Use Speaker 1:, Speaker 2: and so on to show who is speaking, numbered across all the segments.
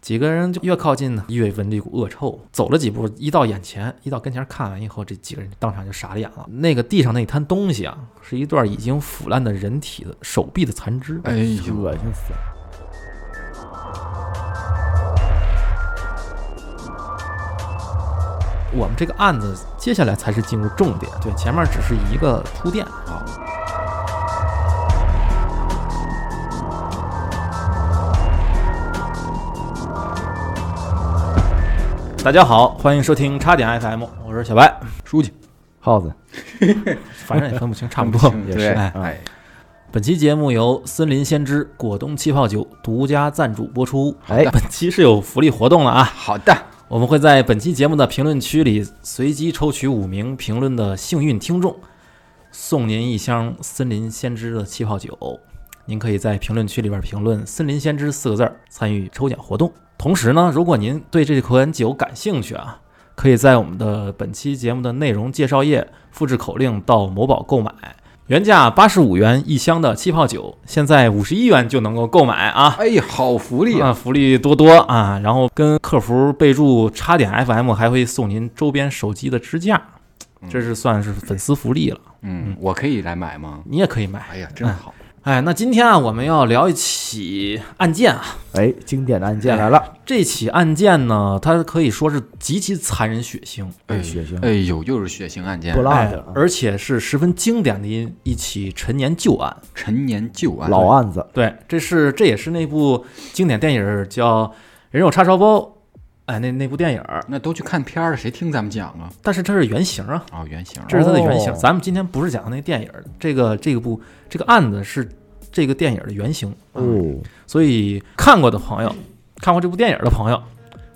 Speaker 1: 几个人就越靠近呢，越闻这股恶臭。走了几步，一到眼前，一到跟前看完以后，这几个人当场就傻了眼了。那个地上那滩东西啊，是一段已经腐烂的人体的手臂的残肢。
Speaker 2: 哎呦，
Speaker 3: 恶心死了！
Speaker 1: 我们这个案子接下来才是进入重点，对，前面只是一个啊铺垫。
Speaker 2: 好，
Speaker 1: 大家好，欢迎收听叉点 FM，我是小白，书记，
Speaker 3: 耗子，
Speaker 1: 反正也 分不清，差不多。
Speaker 3: 也
Speaker 2: 也
Speaker 3: 是
Speaker 2: 是
Speaker 1: 哎
Speaker 2: 哎，
Speaker 1: 本期节目由森林先知果冻气泡酒独家赞助播出。
Speaker 3: 哎，
Speaker 1: 本期是有福利活动了啊！
Speaker 2: 好的，
Speaker 1: 我们会在本期节目的评论区里随机抽取五名评论的幸运听众，送您一箱森林先知的气泡酒。您可以在评论区里边评论“森林先知”四个字儿，参与抽奖活动。同时呢，如果您对这款酒感兴趣啊，可以在我们的本期节目的内容介绍页复制口令到某宝购买，原价八十五元一箱的气泡酒，现在五十一元就能够购买啊！
Speaker 2: 哎，好福利啊！
Speaker 1: 啊，福利多多啊！然后跟客服备注“叉点 FM”，还会送您周边手机的支架，这是算是粉丝福利了。
Speaker 2: 嗯，我可以来买吗？
Speaker 1: 你也可以买。
Speaker 2: 哎呀，真好，
Speaker 1: 哎，那今天啊，我们要聊一起案件啊。
Speaker 3: 哎，经典的案件来了，
Speaker 1: 这起案件呢，它可以说是极其残忍血腥，
Speaker 3: 哎血腥
Speaker 2: 哎呦，又是血腥案件
Speaker 3: 不，落
Speaker 1: 哎
Speaker 3: 的啊，
Speaker 1: 而且是十分经典的一一起陈年旧案。
Speaker 2: 陈年旧案，
Speaker 3: 老案子，
Speaker 1: 对，这是这也是那部经典电影叫《人肉叉烧包》，哎，那那部电影儿，
Speaker 2: 那都去看片儿了，谁听咱们讲啊？
Speaker 1: 但是它是原型啊。
Speaker 2: 啊，原型
Speaker 1: 这是它的原型。
Speaker 3: 哦
Speaker 1: 咱们今天不是讲的那电影，这个这个部这个案子是这个电影的原型，
Speaker 3: 哦，
Speaker 1: 所以看过的朋友，看过这部电影的朋友，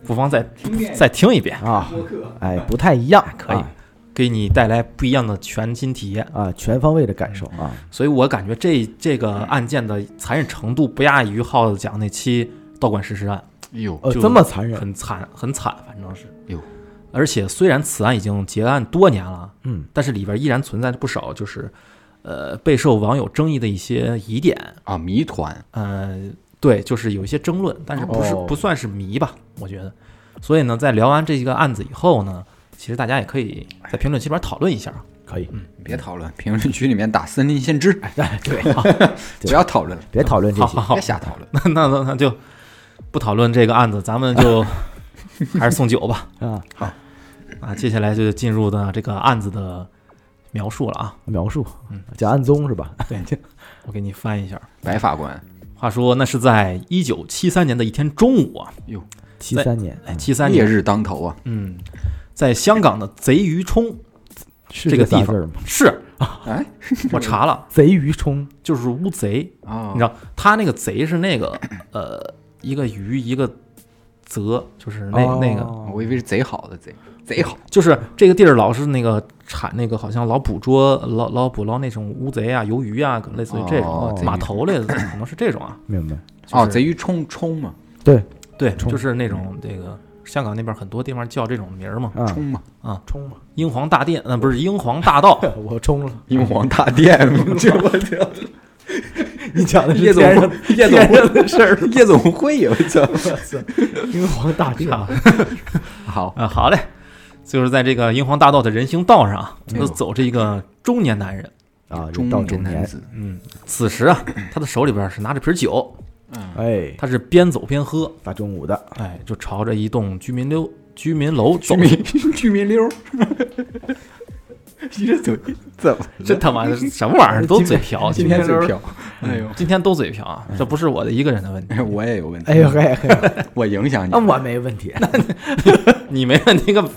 Speaker 1: 不妨再再听一遍，
Speaker 3: 啊，哎，不太一样，
Speaker 1: 可以
Speaker 3: 啊
Speaker 1: 给你带来不一样的全新体验。
Speaker 3: 啊，全方位的感受啊，
Speaker 1: 所以我感觉这这个案件的残忍程度不亚于浩子讲那期道馆实施案，
Speaker 2: 哎呦，
Speaker 3: 呃，
Speaker 1: 就
Speaker 3: 这么残忍，
Speaker 1: 很惨很惨，反正是。
Speaker 2: 哎呦，
Speaker 1: 而且虽然此案已经结案多年了，
Speaker 3: 嗯，
Speaker 1: 但是里边依然存在着不少就是，呃，备受网友争议的一些疑点。
Speaker 2: 啊，谜团，
Speaker 1: 呃，对，就是有一些争论，但是不是、
Speaker 3: 哦
Speaker 1: 不算是迷吧？我觉得。所以呢，在聊完这个案子以后呢，其实大家也可以在评论区里边讨论一下。啊
Speaker 3: 可以，
Speaker 2: 别讨论，评论区里面打“森林先知”，
Speaker 3: 对，
Speaker 2: 不要讨论了，
Speaker 3: 别讨论这
Speaker 1: 好
Speaker 3: 些
Speaker 1: 好，好
Speaker 2: 别，瞎讨论。
Speaker 1: 那那那那就不讨论这个案子，咱们就还是送酒吧。
Speaker 3: 啊，
Speaker 1: 啊，接下来就进入的这个案子的描述了啊，
Speaker 3: 描述，讲案宗是吧？
Speaker 1: 我给你翻一下。
Speaker 2: 白法官，
Speaker 1: 话说，那是在一九七三年的一天中午啊，
Speaker 3: 七三年，
Speaker 1: 哎，七三
Speaker 2: 烈
Speaker 1: 年，
Speaker 2: 日当头啊，
Speaker 1: 嗯，在香港的贼鱼冲
Speaker 3: 是
Speaker 1: 这个
Speaker 3: 仨
Speaker 1: 地
Speaker 3: 字
Speaker 1: 方
Speaker 3: 儿吗？
Speaker 1: 是
Speaker 2: 哎，
Speaker 1: 我 查了，
Speaker 3: 贼鱼冲，
Speaker 1: 就是乌贼，
Speaker 2: 啊
Speaker 1: 你知，道他那个贼是那 个呃一个鱼一个泽，就是那个、那个，
Speaker 3: 哦
Speaker 2: 我以为是贼好的贼，贼好，
Speaker 1: 就是这个地儿老是那个产那个好像老捕捉老老捕捞那种乌贼啊、鱿鱼啊，类似于这种、
Speaker 2: 哦
Speaker 1: 码头类的，可能是这 种啊。
Speaker 3: 明白，
Speaker 1: 就是
Speaker 2: 哦，贼鱼冲冲嘛，
Speaker 3: 对，
Speaker 1: 对，
Speaker 3: 冲
Speaker 1: 就是那种这个香港那边很多地方叫这种名儿嘛，
Speaker 3: 啊，
Speaker 2: 冲嘛，
Speaker 3: 冲嘛，。
Speaker 1: 英皇大殿，那、不是英皇大道
Speaker 3: 我冲了，
Speaker 2: 英皇大殿嘛，这我操，
Speaker 3: 你讲的
Speaker 2: 夜
Speaker 3: 是
Speaker 2: 总
Speaker 3: 天上
Speaker 2: 夜总
Speaker 3: 天
Speaker 2: 会
Speaker 3: 上的事儿，
Speaker 2: 夜总会呀，我操，
Speaker 3: 英皇大帝
Speaker 1: 啊，
Speaker 2: 好，
Speaker 1: 啊，好嘞，就是在这个英皇大道的人行道上啊，
Speaker 2: 哎
Speaker 1: 就
Speaker 2: 呦
Speaker 1: 走着一个中年男人。
Speaker 3: 啊，
Speaker 2: 中
Speaker 3: 人到中
Speaker 2: 男
Speaker 3: 年，
Speaker 2: 子，
Speaker 1: 嗯，此时啊，他的手里边是拿着瓶酒，
Speaker 3: 哎，
Speaker 1: 他是边走边喝，
Speaker 3: 大中午的，
Speaker 1: 哎，就朝着一栋居民溜居民楼
Speaker 2: 居
Speaker 1: 走。
Speaker 2: 民居民溜儿， 你这嘴怎么
Speaker 1: 这他妈的什么玩意儿？都嘴瓢，今
Speaker 2: 今天
Speaker 1: 天
Speaker 2: 嘴瓢？哎呦，
Speaker 1: 今天都嘴瓢
Speaker 2: 嗯
Speaker 1: 啊！这不是我的一个人的问题，
Speaker 2: 哎我也有问题，
Speaker 3: 哎呦哦嘿，嘿
Speaker 2: 我影响你
Speaker 3: 那，我没问题，
Speaker 1: 你没问题个。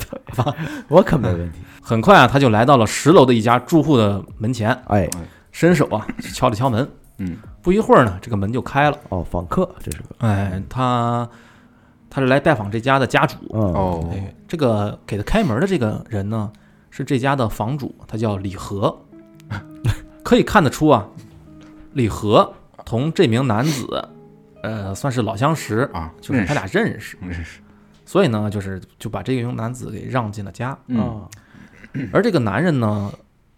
Speaker 3: 我可没问题，
Speaker 1: 很快啊，他就来到了十楼的一家住户的门前，
Speaker 3: 哎，
Speaker 1: 伸手啊敲了敲门。
Speaker 2: 嗯，
Speaker 1: 不一会儿呢，这个门就开了。
Speaker 3: 哦，访客，这是个，
Speaker 1: 哎，他他是来拜访这家的家主。
Speaker 3: 嗯，
Speaker 2: 哦，
Speaker 1: 哎，这个给他开门的这个人呢，是这家的房主，他叫李和。可以看得出啊，李和同这名男子，呃，算是老相识，
Speaker 2: 啊，
Speaker 1: 就是他俩认识，
Speaker 2: 认识，认识，
Speaker 1: 所以呢，就是就把这个名男子给让进了家。
Speaker 2: 嗯，
Speaker 3: 啊，
Speaker 1: 而这个男人呢，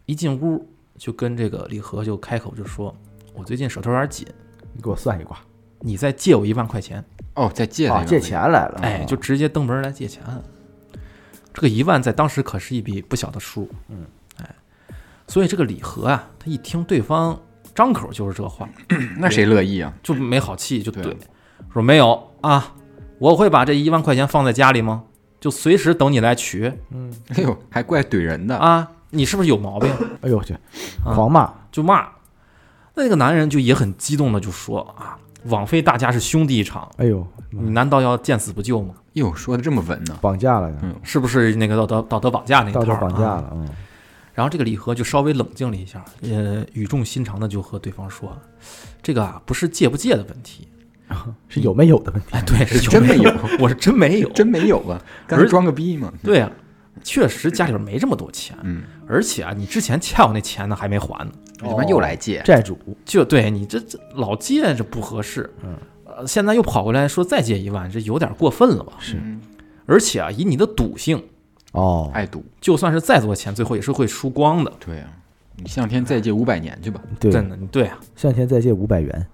Speaker 1: 一进屋就跟这个李和就开口就说：“我最近手头有点紧，
Speaker 3: 你给我算一卦，
Speaker 1: 你再借我一万块钱。”
Speaker 2: 哦，再借那
Speaker 3: 啊，
Speaker 2: 个
Speaker 3: 借钱来了，
Speaker 1: 哎，就直接登门来借钱。这个一万在当时可是一笔不小的数，嗯，哎，所以这个李和啊，他一听对方张口就是这话，
Speaker 2: 那谁乐意啊？
Speaker 1: 就没好气，就怼，
Speaker 2: 对
Speaker 1: 说没有啊，我会把这一万块钱放在家里吗？就随时等你来取
Speaker 2: 哎呦，还怪怼人的，
Speaker 1: 啊！你是不是有毛病？
Speaker 3: 哎呦我去，狂骂，
Speaker 1: 就骂。那个男人就也很激动的就说啊，枉费大家是兄弟一场，
Speaker 3: 哎呦，
Speaker 1: 你难道要见死不救吗？
Speaker 2: 哟，哎说的这么稳呢，
Speaker 3: 绑架了呢，
Speaker 2: 嗯
Speaker 1: 是不是那个道德道德绑架那一套
Speaker 3: 道
Speaker 1: 啊？
Speaker 3: 德绑架了，嗯，
Speaker 1: 然后这个李和就稍微冷静了一下，呃，语重心长的就和对方说：“这个啊，不是借不借的问题，
Speaker 3: 是有没有的问题，
Speaker 1: 哎，对，
Speaker 2: 是
Speaker 1: 有
Speaker 2: 真没有，
Speaker 1: 我是真没有，
Speaker 2: 真没有啊，刚才
Speaker 1: 而
Speaker 2: 装个逼嘛，
Speaker 1: 对啊，确实家里边没这么多钱，
Speaker 2: 嗯，
Speaker 1: 而且啊，你之前欠我那钱呢还没还呢，
Speaker 2: 你他妈又来借，
Speaker 3: 债主，
Speaker 1: 就对你这这老借这不合适，
Speaker 3: 嗯，
Speaker 1: 呃，现在又跑回来说再借一万，这有点过分了吧？
Speaker 3: 是
Speaker 2: 嗯
Speaker 1: 而且啊，以你的赌性，
Speaker 3: 哦，
Speaker 2: 爱赌，
Speaker 1: 就算是再多钱，最后也是会输光的，
Speaker 2: 对啊，你向天再借五百年去吧，
Speaker 3: 对，
Speaker 1: 真的，对啊，
Speaker 3: 向前再借五百元，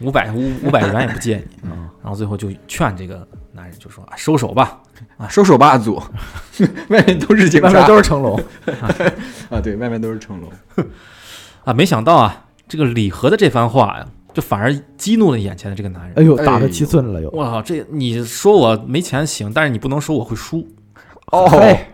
Speaker 1: 五百五五百元也不借你，然后最后就劝这个男人就说、啊、收手吧，
Speaker 2: 收手吧，阿祖， 外面都是警
Speaker 3: 外面
Speaker 2: 察
Speaker 3: 都是成龙，
Speaker 2: 啊，对，外面都是成龙，
Speaker 1: 啊，没想到啊，这个李和的这番话呀、就反而激怒了眼前的这个男人。
Speaker 3: 哎呦，
Speaker 2: 哎
Speaker 3: 打得七寸了又，
Speaker 1: 我操，这你说我没钱行，但是你不能说我会输。
Speaker 2: 哦
Speaker 3: 哎，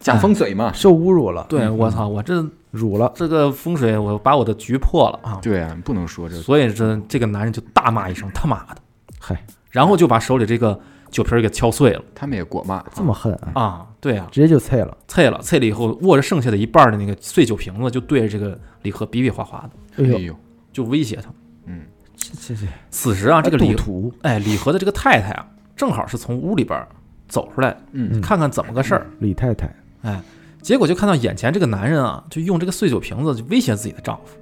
Speaker 2: 讲风水嘛，
Speaker 3: 受侮辱了，
Speaker 1: 对我操，我这
Speaker 3: 辱了，
Speaker 1: 这个风水，我把我的局破了啊！
Speaker 2: 对啊，不能说这，
Speaker 1: 所以这这个男人就大骂一声“他妈的
Speaker 3: 嗨，”，
Speaker 1: 然后就把手里这个酒瓶儿给敲碎了
Speaker 2: 他们也果骂，
Speaker 3: 这么恨啊，
Speaker 1: 啊！对啊，
Speaker 3: 直接就碎了，
Speaker 1: 碎了，碎了以后握着剩下的一半儿的那个碎酒瓶子，就对着这个李和比比划划的，
Speaker 3: 哎
Speaker 2: 哎
Speaker 3: 呦，
Speaker 2: 呦，
Speaker 1: 就威胁他。
Speaker 2: 嗯，
Speaker 3: 这这这
Speaker 1: 此时
Speaker 2: 呃
Speaker 1: 啊，这个
Speaker 3: 赌
Speaker 1: 李
Speaker 3: 徒，
Speaker 1: 哎李和的这个太太啊，正好是从屋里边儿走出来，
Speaker 2: 嗯
Speaker 1: 看看怎么个事儿。
Speaker 3: 李太太，
Speaker 1: 哎，结果就看到眼前这个男人啊，就用这个碎酒瓶子就威胁自己的丈夫，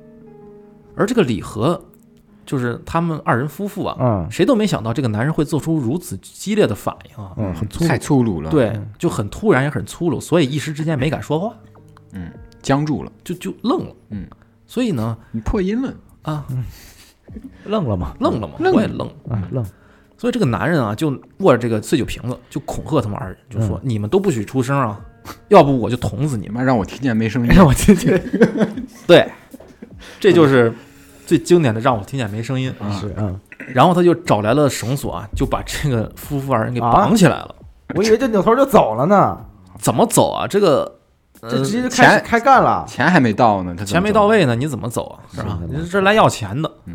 Speaker 1: 而这个李和，就是他们二人夫妇啊，
Speaker 3: 嗯
Speaker 1: 谁都没想到这个男人会做出如此激烈的反应啊，
Speaker 3: 嗯，很粗鲁
Speaker 2: 太粗鲁了，，
Speaker 1: 对，就很突然也很粗鲁，所以一时之间没敢说话，
Speaker 2: 嗯，僵住了，
Speaker 1: 就就愣了，
Speaker 2: 嗯，
Speaker 1: 所以呢，
Speaker 2: 你破音了，
Speaker 1: 啊，
Speaker 3: 愣了嘛，
Speaker 1: 愣了嘛，
Speaker 2: 愣
Speaker 1: 我也愣了，
Speaker 3: 啊，愣，
Speaker 1: 所以这个男人啊，就握着这个碎酒瓶子，就恐吓他们二人，就说、你们都不许出声啊， 要不我就捅死你
Speaker 2: 你
Speaker 1: 们。
Speaker 2: 妈让我听见没声音，
Speaker 3: 让我进去，
Speaker 1: 对，这就是 最经典的让我听见没声音啊。
Speaker 3: 是啊，
Speaker 1: 然后他就找来了绳索啊，就把这个夫妇二人给
Speaker 3: 啊
Speaker 1: 绑起来了。
Speaker 3: 我以为就扭头就走了呢，
Speaker 1: 怎么走啊？这个
Speaker 3: 这直接就
Speaker 2: 钱
Speaker 3: 开始开干了，
Speaker 2: 钱还没到呢，他怎么
Speaker 1: 钱没
Speaker 2: 走
Speaker 1: 到，位呢，你怎么走啊？是吧？
Speaker 3: 是的
Speaker 1: 你这来要钱的。
Speaker 2: 嗯。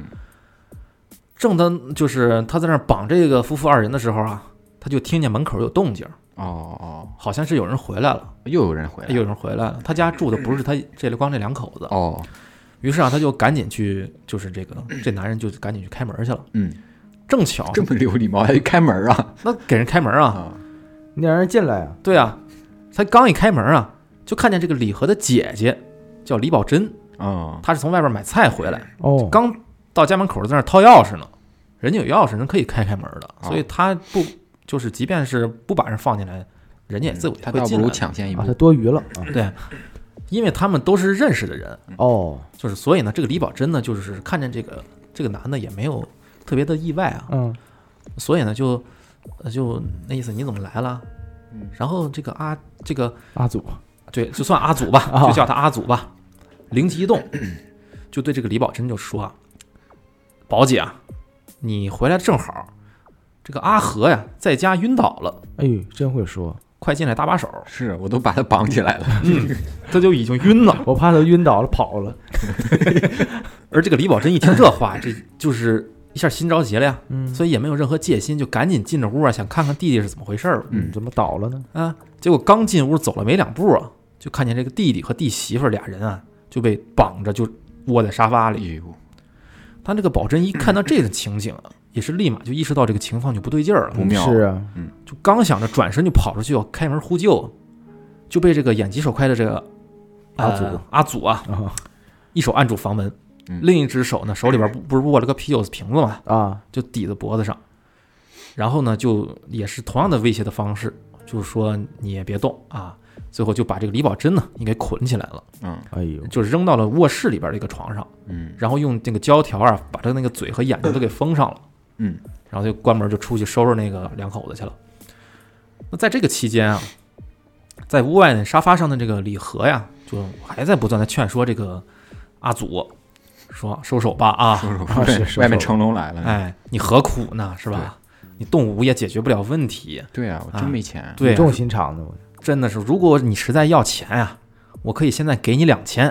Speaker 1: 正当就是他在那儿绑这个夫妇二人的时候啊，他就听见门口有动静，
Speaker 2: 哦哦，
Speaker 1: 好像是有人回来了，
Speaker 2: 又有人回来了，
Speaker 1: 哎有人回来了。他家住的不是他这光这两口子，
Speaker 2: 哦，
Speaker 1: 于是啊，他就赶紧去，就是这个这男人就赶紧去开门去了。
Speaker 2: 嗯，
Speaker 1: 正巧
Speaker 2: 这么有礼貌，还开门啊
Speaker 1: 那给人开门啊，
Speaker 2: 啊，
Speaker 3: 你让人进来啊，
Speaker 1: 对啊，他刚一开门啊，就看见这个李和的姐姐叫李宝珍，
Speaker 2: 哦，
Speaker 1: 她是从外边买菜回来，
Speaker 3: 哦，
Speaker 1: 刚到家门口在那儿掏钥匙呢。人家有钥匙，人可以开开门的，
Speaker 2: 哦
Speaker 1: 所以他不就是即便是不把人放进来，人家也自我
Speaker 2: 他
Speaker 1: 会
Speaker 2: 嗯倒不
Speaker 1: 进来
Speaker 2: 如
Speaker 1: 的。
Speaker 2: 抢先一
Speaker 3: 啊，他
Speaker 2: 步，
Speaker 3: 多余了啊，
Speaker 1: 对，因为他们都是认识的人，
Speaker 3: 哦，
Speaker 1: 就是所以呢，这个李宝珍呢，就是看见这个这个男的也没有特别的意外啊，
Speaker 3: 嗯，
Speaker 1: 所以呢就呃就那意思你怎么来了
Speaker 2: 嗯？
Speaker 1: 然后这个啊这个
Speaker 3: 阿祖，
Speaker 1: 对，就算阿祖吧，
Speaker 3: 啊
Speaker 1: 就叫他阿祖吧。灵机一动，就对这个李宝珍就说啊：“宝姐啊，你回来正好，这个阿和呀在家晕倒了，
Speaker 3: 哎呦，真会说，
Speaker 1: 快进来搭把手。
Speaker 2: 是我都把他绑起来了，
Speaker 1: 他就已经晕了。
Speaker 3: 我怕他晕倒了跑了，
Speaker 1: 而这个李宝珍一听这话，这就是一下心着急了呀，
Speaker 3: 嗯
Speaker 1: 所以也没有任何戒心，就赶紧进着屋啊，想看看弟弟是怎么回事儿
Speaker 2: 嗯
Speaker 3: 怎么倒了呢？
Speaker 1: 啊。结果刚进屋走了没两步啊，就看见这个弟弟和弟媳妇儿俩人啊就被绑着就窝在沙发
Speaker 2: 哎
Speaker 1: 里。
Speaker 2: 呦，
Speaker 1: 他这个宝珍一看到这个情景啊，也是立马就意识到这个情况就不对劲儿了，
Speaker 2: 不妙，
Speaker 3: 是啊，
Speaker 1: 就刚想着转身就跑出去要开门呼救，就被这个眼疾手快的这个、呃
Speaker 3: 阿祖
Speaker 1: 阿祖啊，
Speaker 3: 啊
Speaker 1: 一手按住房门，
Speaker 2: 嗯
Speaker 1: 另一只手呢手里边不不是握了个啤酒瓶子嘛，
Speaker 3: 啊，
Speaker 1: 就抵在脖子上，然后呢就也是同样的威胁的方式，就是说你也别动啊，最后就把这个李宝珍呢也给捆起来了，
Speaker 2: 嗯
Speaker 3: 哎呦，
Speaker 1: 就是扔到了卧室里边的一个床上，
Speaker 2: 嗯
Speaker 1: 然后用这个胶条啊把他那个嘴和眼睛都给封上了。
Speaker 2: 嗯，
Speaker 1: 然后就关门就出去收拾那个两口子去了。那在这个期间啊，在屋外的沙发上的这个李和呀，就还在不断的劝说这个阿祖，说收手吧啊，
Speaker 2: 说说
Speaker 3: 啊是是
Speaker 2: 外外面
Speaker 3: 是
Speaker 2: 成龙来了，
Speaker 1: 哎，你何苦呢，是吧？你动武也解决不了问题，
Speaker 2: 对啊，我
Speaker 1: 啊
Speaker 2: 真没钱，
Speaker 1: 对
Speaker 3: 语重心长的
Speaker 1: 真的是，如果你实在要钱呀、我可以现在给你两千，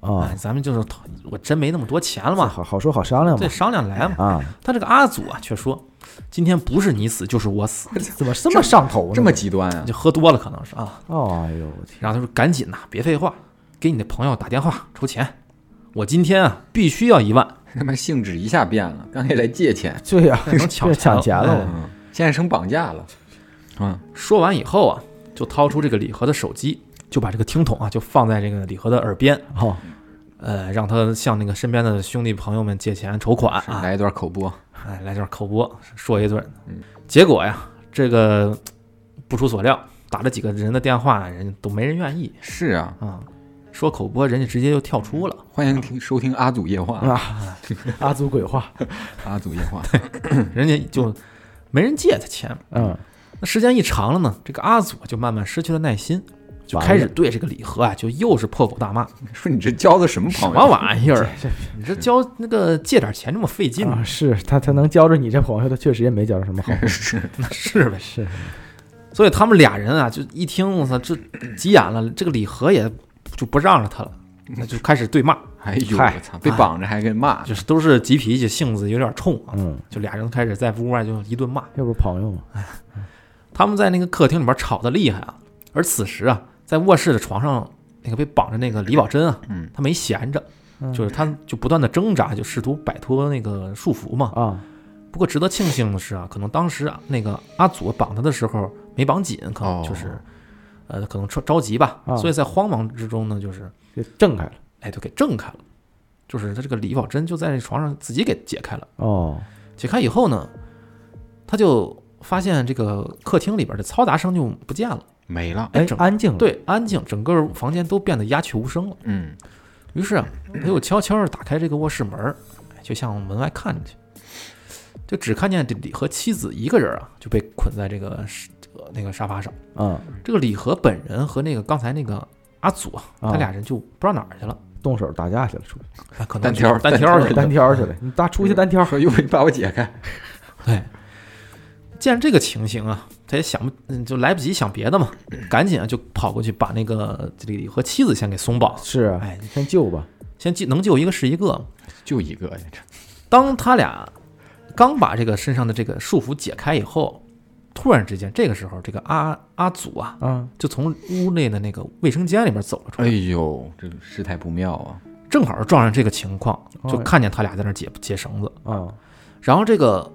Speaker 3: 我
Speaker 1: 哎，
Speaker 3: 啊，
Speaker 1: 咱们就是我真没那么多钱了嘛，
Speaker 3: 好好说好商量
Speaker 1: 这
Speaker 3: 吧
Speaker 1: 商量来嘛。哎
Speaker 3: 啊，
Speaker 1: 但这个阿祖啊，却说今天不是你死就是我死，
Speaker 3: 怎么这么上头呢？
Speaker 2: 这么极端啊，
Speaker 1: 就喝多了可能是啊。
Speaker 3: 哦，哎呦我天，
Speaker 1: 然后他说赶紧呐、别废话，给你的朋友打电话筹钱，我今天啊必须要一万，
Speaker 2: 他妈性质一下变了，刚才来借钱，
Speaker 3: 对呀，
Speaker 1: 能抢
Speaker 3: 这
Speaker 1: 钱
Speaker 3: 抢钱
Speaker 1: 了
Speaker 3: 了
Speaker 1: 哎。
Speaker 2: 嗯，现在成绑架了，嗯，
Speaker 1: 说完以后啊，就掏出这个李和的手机，就把这个听筒啊就放在这个李和的耳边，
Speaker 3: 哦，
Speaker 1: 呃，让他向那个身边的兄弟朋友们借钱筹款
Speaker 2: 是
Speaker 1: 啊，
Speaker 2: 来一段口播，
Speaker 1: 哎，来点口播说一顿
Speaker 2: 嗯。
Speaker 1: 结果呀，这个不出所料，打了几个人的电话，人家都没人愿意
Speaker 2: 是啊，
Speaker 1: 啊。说口播，人家直接就跳出了。
Speaker 2: 欢迎听收听阿祖夜话，
Speaker 3: 啊，阿祖鬼话，
Speaker 2: 阿祖夜话，
Speaker 1: 人家就没人借他钱。
Speaker 3: 嗯，
Speaker 1: 那时间一长了呢，这个阿祖就慢慢失去了耐心，就
Speaker 3: 完
Speaker 1: 开
Speaker 3: 了
Speaker 1: 始对这个礼盒啊，就又是破口大骂，
Speaker 2: 说你这交的什么
Speaker 1: 什
Speaker 2: 朋友？
Speaker 1: 么玩意 儿？
Speaker 3: 这
Speaker 1: 你这交那个借点钱这么费劲，
Speaker 3: 啊是他他能交着你这朋友，他确实也没交着什么好。
Speaker 2: 是
Speaker 1: 那是呗。
Speaker 3: 是，
Speaker 1: 所以他们俩人啊，就一听我操，这急眼了，这个礼盒也就不让着他了，那就开始对骂，
Speaker 2: 哎呦，
Speaker 3: 嗨
Speaker 2: 我操！被绑着还跟骂，
Speaker 1: 就是都是急脾气，性子有点冲啊，
Speaker 3: 嗯，
Speaker 1: 就俩人开始在屋外就一顿骂。
Speaker 3: 要不是朋友嘛，
Speaker 1: 他们在那个客厅里边吵得厉害啊，而此时啊，在卧室的床上那个被绑着那个李宝珍啊，
Speaker 2: 嗯，
Speaker 1: 她没闲着，
Speaker 3: 嗯
Speaker 1: 就是她就不断的挣扎，就试图摆脱那个束缚嘛。
Speaker 3: 啊，
Speaker 1: 不过值得庆幸的是啊，可能当时啊那个阿祖绑她的时候没绑紧，可能就是、
Speaker 2: 哦
Speaker 1: 呃可能着着急吧，
Speaker 3: 啊
Speaker 1: 所以在慌忙之中呢，就是
Speaker 3: 给挣开了。
Speaker 1: 哎就给挣开了，就是她这个李宝珍就在这床上自己给解开了。
Speaker 3: 哦，
Speaker 1: 解开以后呢，她就发现这个客厅里边的嘈杂声就不见了。
Speaker 2: 没了，
Speaker 1: 哎
Speaker 3: 哎
Speaker 1: 整，
Speaker 3: 安静了。，
Speaker 1: 对，安静，整个房间都变得鸦雀无声了。
Speaker 2: 嗯，
Speaker 1: 于是啊，他又悄悄地打开这个卧室门儿，哎就向门外看去，就只看见这李和妻子一个人啊，就被捆在这个是呃那个沙发上。
Speaker 3: 嗯，
Speaker 1: 这个李和本人和那个刚才那个阿祖啊，
Speaker 3: 啊
Speaker 1: 他俩人就不知道哪儿去了，
Speaker 3: 动手打架去了，出去
Speaker 1: 啊可能
Speaker 2: 单
Speaker 1: 是
Speaker 2: 挑
Speaker 1: 单
Speaker 2: 单
Speaker 1: 挑
Speaker 2: 挑
Speaker 1: 去了。
Speaker 3: 单挑去了。你大出去单挑，
Speaker 2: 说又没把我解开，
Speaker 1: 对，见这个情形啊，他也想不，嗯就来不及想别的 嘛，赶紧啊就跑过去把那个这李和妻子先给松绑，
Speaker 3: 是啊，
Speaker 1: 哎，
Speaker 3: 先救吧。
Speaker 1: 先救能救一个是一个嘛。
Speaker 2: 就一个呀，这
Speaker 1: 当他俩刚把这个身上的这个束缚解开以后，突然之间，这个时候，这个阿阿祖啊，
Speaker 3: 啊，
Speaker 1: 就从屋内的那个卫生间里面走了出来，
Speaker 2: 哎呦，这事态不妙啊！
Speaker 1: 正好撞上这个情况，
Speaker 3: 哦
Speaker 1: 就看见他俩在那儿解解绳子。
Speaker 3: 啊，
Speaker 1: 然后这个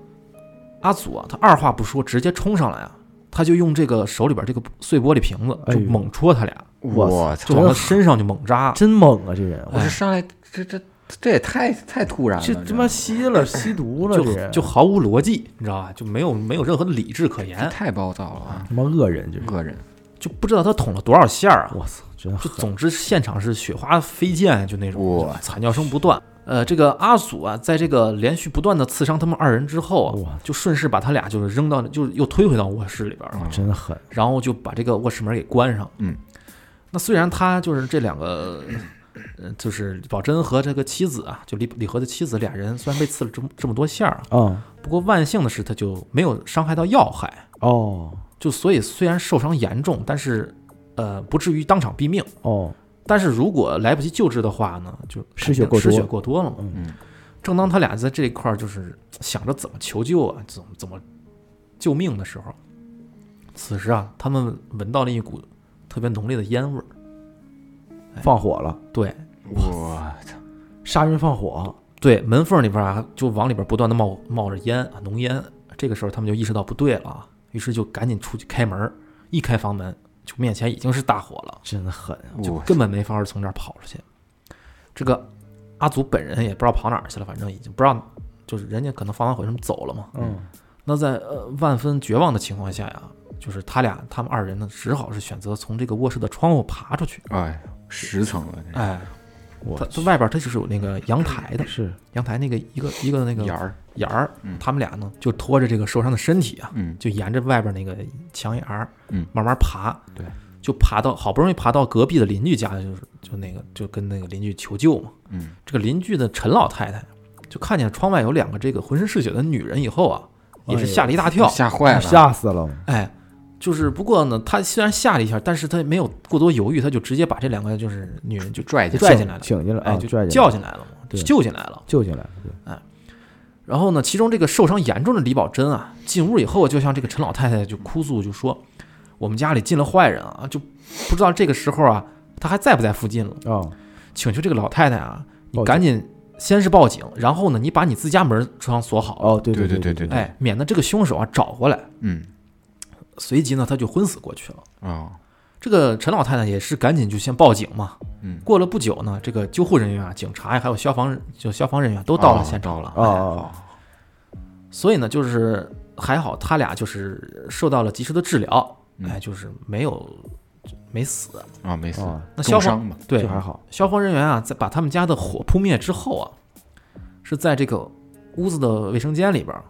Speaker 1: 阿祖啊，他二话不说，直接冲上来啊，他就用这个手里边这个碎玻璃瓶子
Speaker 3: 哎
Speaker 1: 就
Speaker 3: 呦
Speaker 1: 猛戳他俩，
Speaker 2: 我
Speaker 1: 就
Speaker 2: 操！
Speaker 1: 往他身上就猛扎。
Speaker 3: 真猛啊，这人，
Speaker 2: 我这上来，这这这也太太突然了，
Speaker 3: 这他妈吸了吸毒了，这
Speaker 1: 就
Speaker 3: 人
Speaker 1: 就毫无逻辑，你知道吧？就没有没有任何的理智可
Speaker 2: 这
Speaker 1: 言，
Speaker 2: 太暴躁了啊！
Speaker 3: 他妈恶人，这是
Speaker 2: 恶人，
Speaker 1: 就不知道他捅了多少下儿啊！
Speaker 3: 我操，真
Speaker 1: 就
Speaker 3: 狠
Speaker 1: 总之现场是雪花飞溅，就那种
Speaker 2: 哇
Speaker 1: 惨叫声不断。呃，这个阿祖啊，在这个连续不断的刺伤他们二人之后啊
Speaker 3: 哇，
Speaker 1: 就顺势把他俩就是扔到，就是又推回到卧室里边儿，
Speaker 2: 嗯
Speaker 3: 真狠，
Speaker 1: 然后就把这个卧室门给关上。
Speaker 2: 嗯，
Speaker 1: 那虽然他就是这两个，呃，就是宝珍和这个妻子啊，就李李和的妻子俩人，虽然被刺了这么这么多下儿啊，
Speaker 3: 啊，
Speaker 1: 不过万幸的是他就没有伤害到要害，
Speaker 3: 哦
Speaker 1: 就所以虽然受伤严重，但是呃不至于当场毙命。
Speaker 3: 哦，
Speaker 1: 但是如果来不及救治的话呢，就
Speaker 3: 失血过
Speaker 1: 失
Speaker 3: 多
Speaker 1: 血过多了嘛。
Speaker 2: 嗯，
Speaker 1: 正当他俩在这一块儿就是想着怎么求救啊，怎么怎么救命的时候，此时啊，他们闻到了一股特别浓烈的烟味儿。
Speaker 3: 放火了，
Speaker 1: 对
Speaker 2: 我操！
Speaker 3: 杀人放火，
Speaker 1: 对，门缝里边啊，就往里边不断的冒冒着烟啊，浓烟。这个时候他们就意识到不对了啊，于是就赶紧出去开门儿。一开房门，就面前已经是大火了。
Speaker 3: 真狠啊，
Speaker 1: 就
Speaker 2: 我
Speaker 1: 根本没法儿从这儿跑出去。这个阿祖本人也不知道跑哪儿去了，反正已经不知道，就是人家可能放完火什么走了嘛。
Speaker 3: 嗯，
Speaker 1: 那在呃万分绝望的情况下呀，就是他俩他们二人呢，只好是选择从这个卧室的窗户爬出去。
Speaker 2: 哎，十层了，
Speaker 1: 哎，
Speaker 3: 我
Speaker 1: 他他外边儿它就是有那个阳台的，
Speaker 3: 是
Speaker 1: 阳台那个一个一个那
Speaker 2: 这
Speaker 1: 个
Speaker 2: 眼儿
Speaker 1: 眼儿，他们俩呢就拖着这个受伤的身体啊，
Speaker 2: 嗯
Speaker 1: 就沿着外边那个墙沿儿，
Speaker 2: 嗯
Speaker 1: 慢慢爬，
Speaker 2: 对，
Speaker 1: 就爬到好不容易爬到隔壁的邻居家，就是就那个就跟那个邻居求救嘛。
Speaker 2: 嗯
Speaker 1: 这个邻居的陈老太太就看见窗外有两个这个浑身是血的女人以后啊，也
Speaker 3: 哎
Speaker 1: 是吓了一啊大跳，
Speaker 2: 吓坏了，
Speaker 3: 吓死了，
Speaker 1: 哎，就是不过呢，她虽然吓了一下，但是她没有过多犹豫，她就直接把这两个就是女人就
Speaker 2: 拽进
Speaker 1: 拽进来了，
Speaker 3: 请进来
Speaker 1: 哎
Speaker 3: 啊，
Speaker 1: 就
Speaker 3: 拽进来
Speaker 1: 叫进来了嘛，
Speaker 3: 对
Speaker 1: 救进来了。
Speaker 3: 救进来了，对
Speaker 1: 然后呢，其中这个受伤严重的李宝珍啊，进屋以后就向这个陈老太太就哭诉，就说我们家里进了坏人啊，就不知道这个时候啊，他还在不在附近了。
Speaker 3: 啊、
Speaker 1: 请求这个老太太啊，你
Speaker 3: 报警
Speaker 1: 赶紧先是报警，然后呢，你把你自家门窗锁好，呃
Speaker 3: 哦，对
Speaker 2: 对
Speaker 3: 对
Speaker 2: 对
Speaker 3: 对
Speaker 2: 对，
Speaker 1: 哎，免得这个凶手啊找回来。
Speaker 2: 嗯
Speaker 1: 随即呢，他就昏死过去了。
Speaker 2: 哦
Speaker 1: 这个陈老太太也是赶紧就先报警嘛。
Speaker 2: 嗯
Speaker 1: 过了不久呢，这个救护人员啊、警察呀，还有消防就消防人员都到了
Speaker 2: 哦
Speaker 1: 现场了。哎
Speaker 3: 哦哦，
Speaker 1: 所以呢，就是还好他俩就是受到了及时的治疗，
Speaker 2: 嗯
Speaker 1: 哎，就是没有没死。
Speaker 2: 啊没事，
Speaker 3: 哦
Speaker 1: 那消
Speaker 2: 重
Speaker 1: 防
Speaker 2: 伤吧，
Speaker 1: 对
Speaker 3: 这还好，
Speaker 1: 消防人员啊，在把他们家的火扑灭之后啊，是在这个屋子的卫生间里边儿，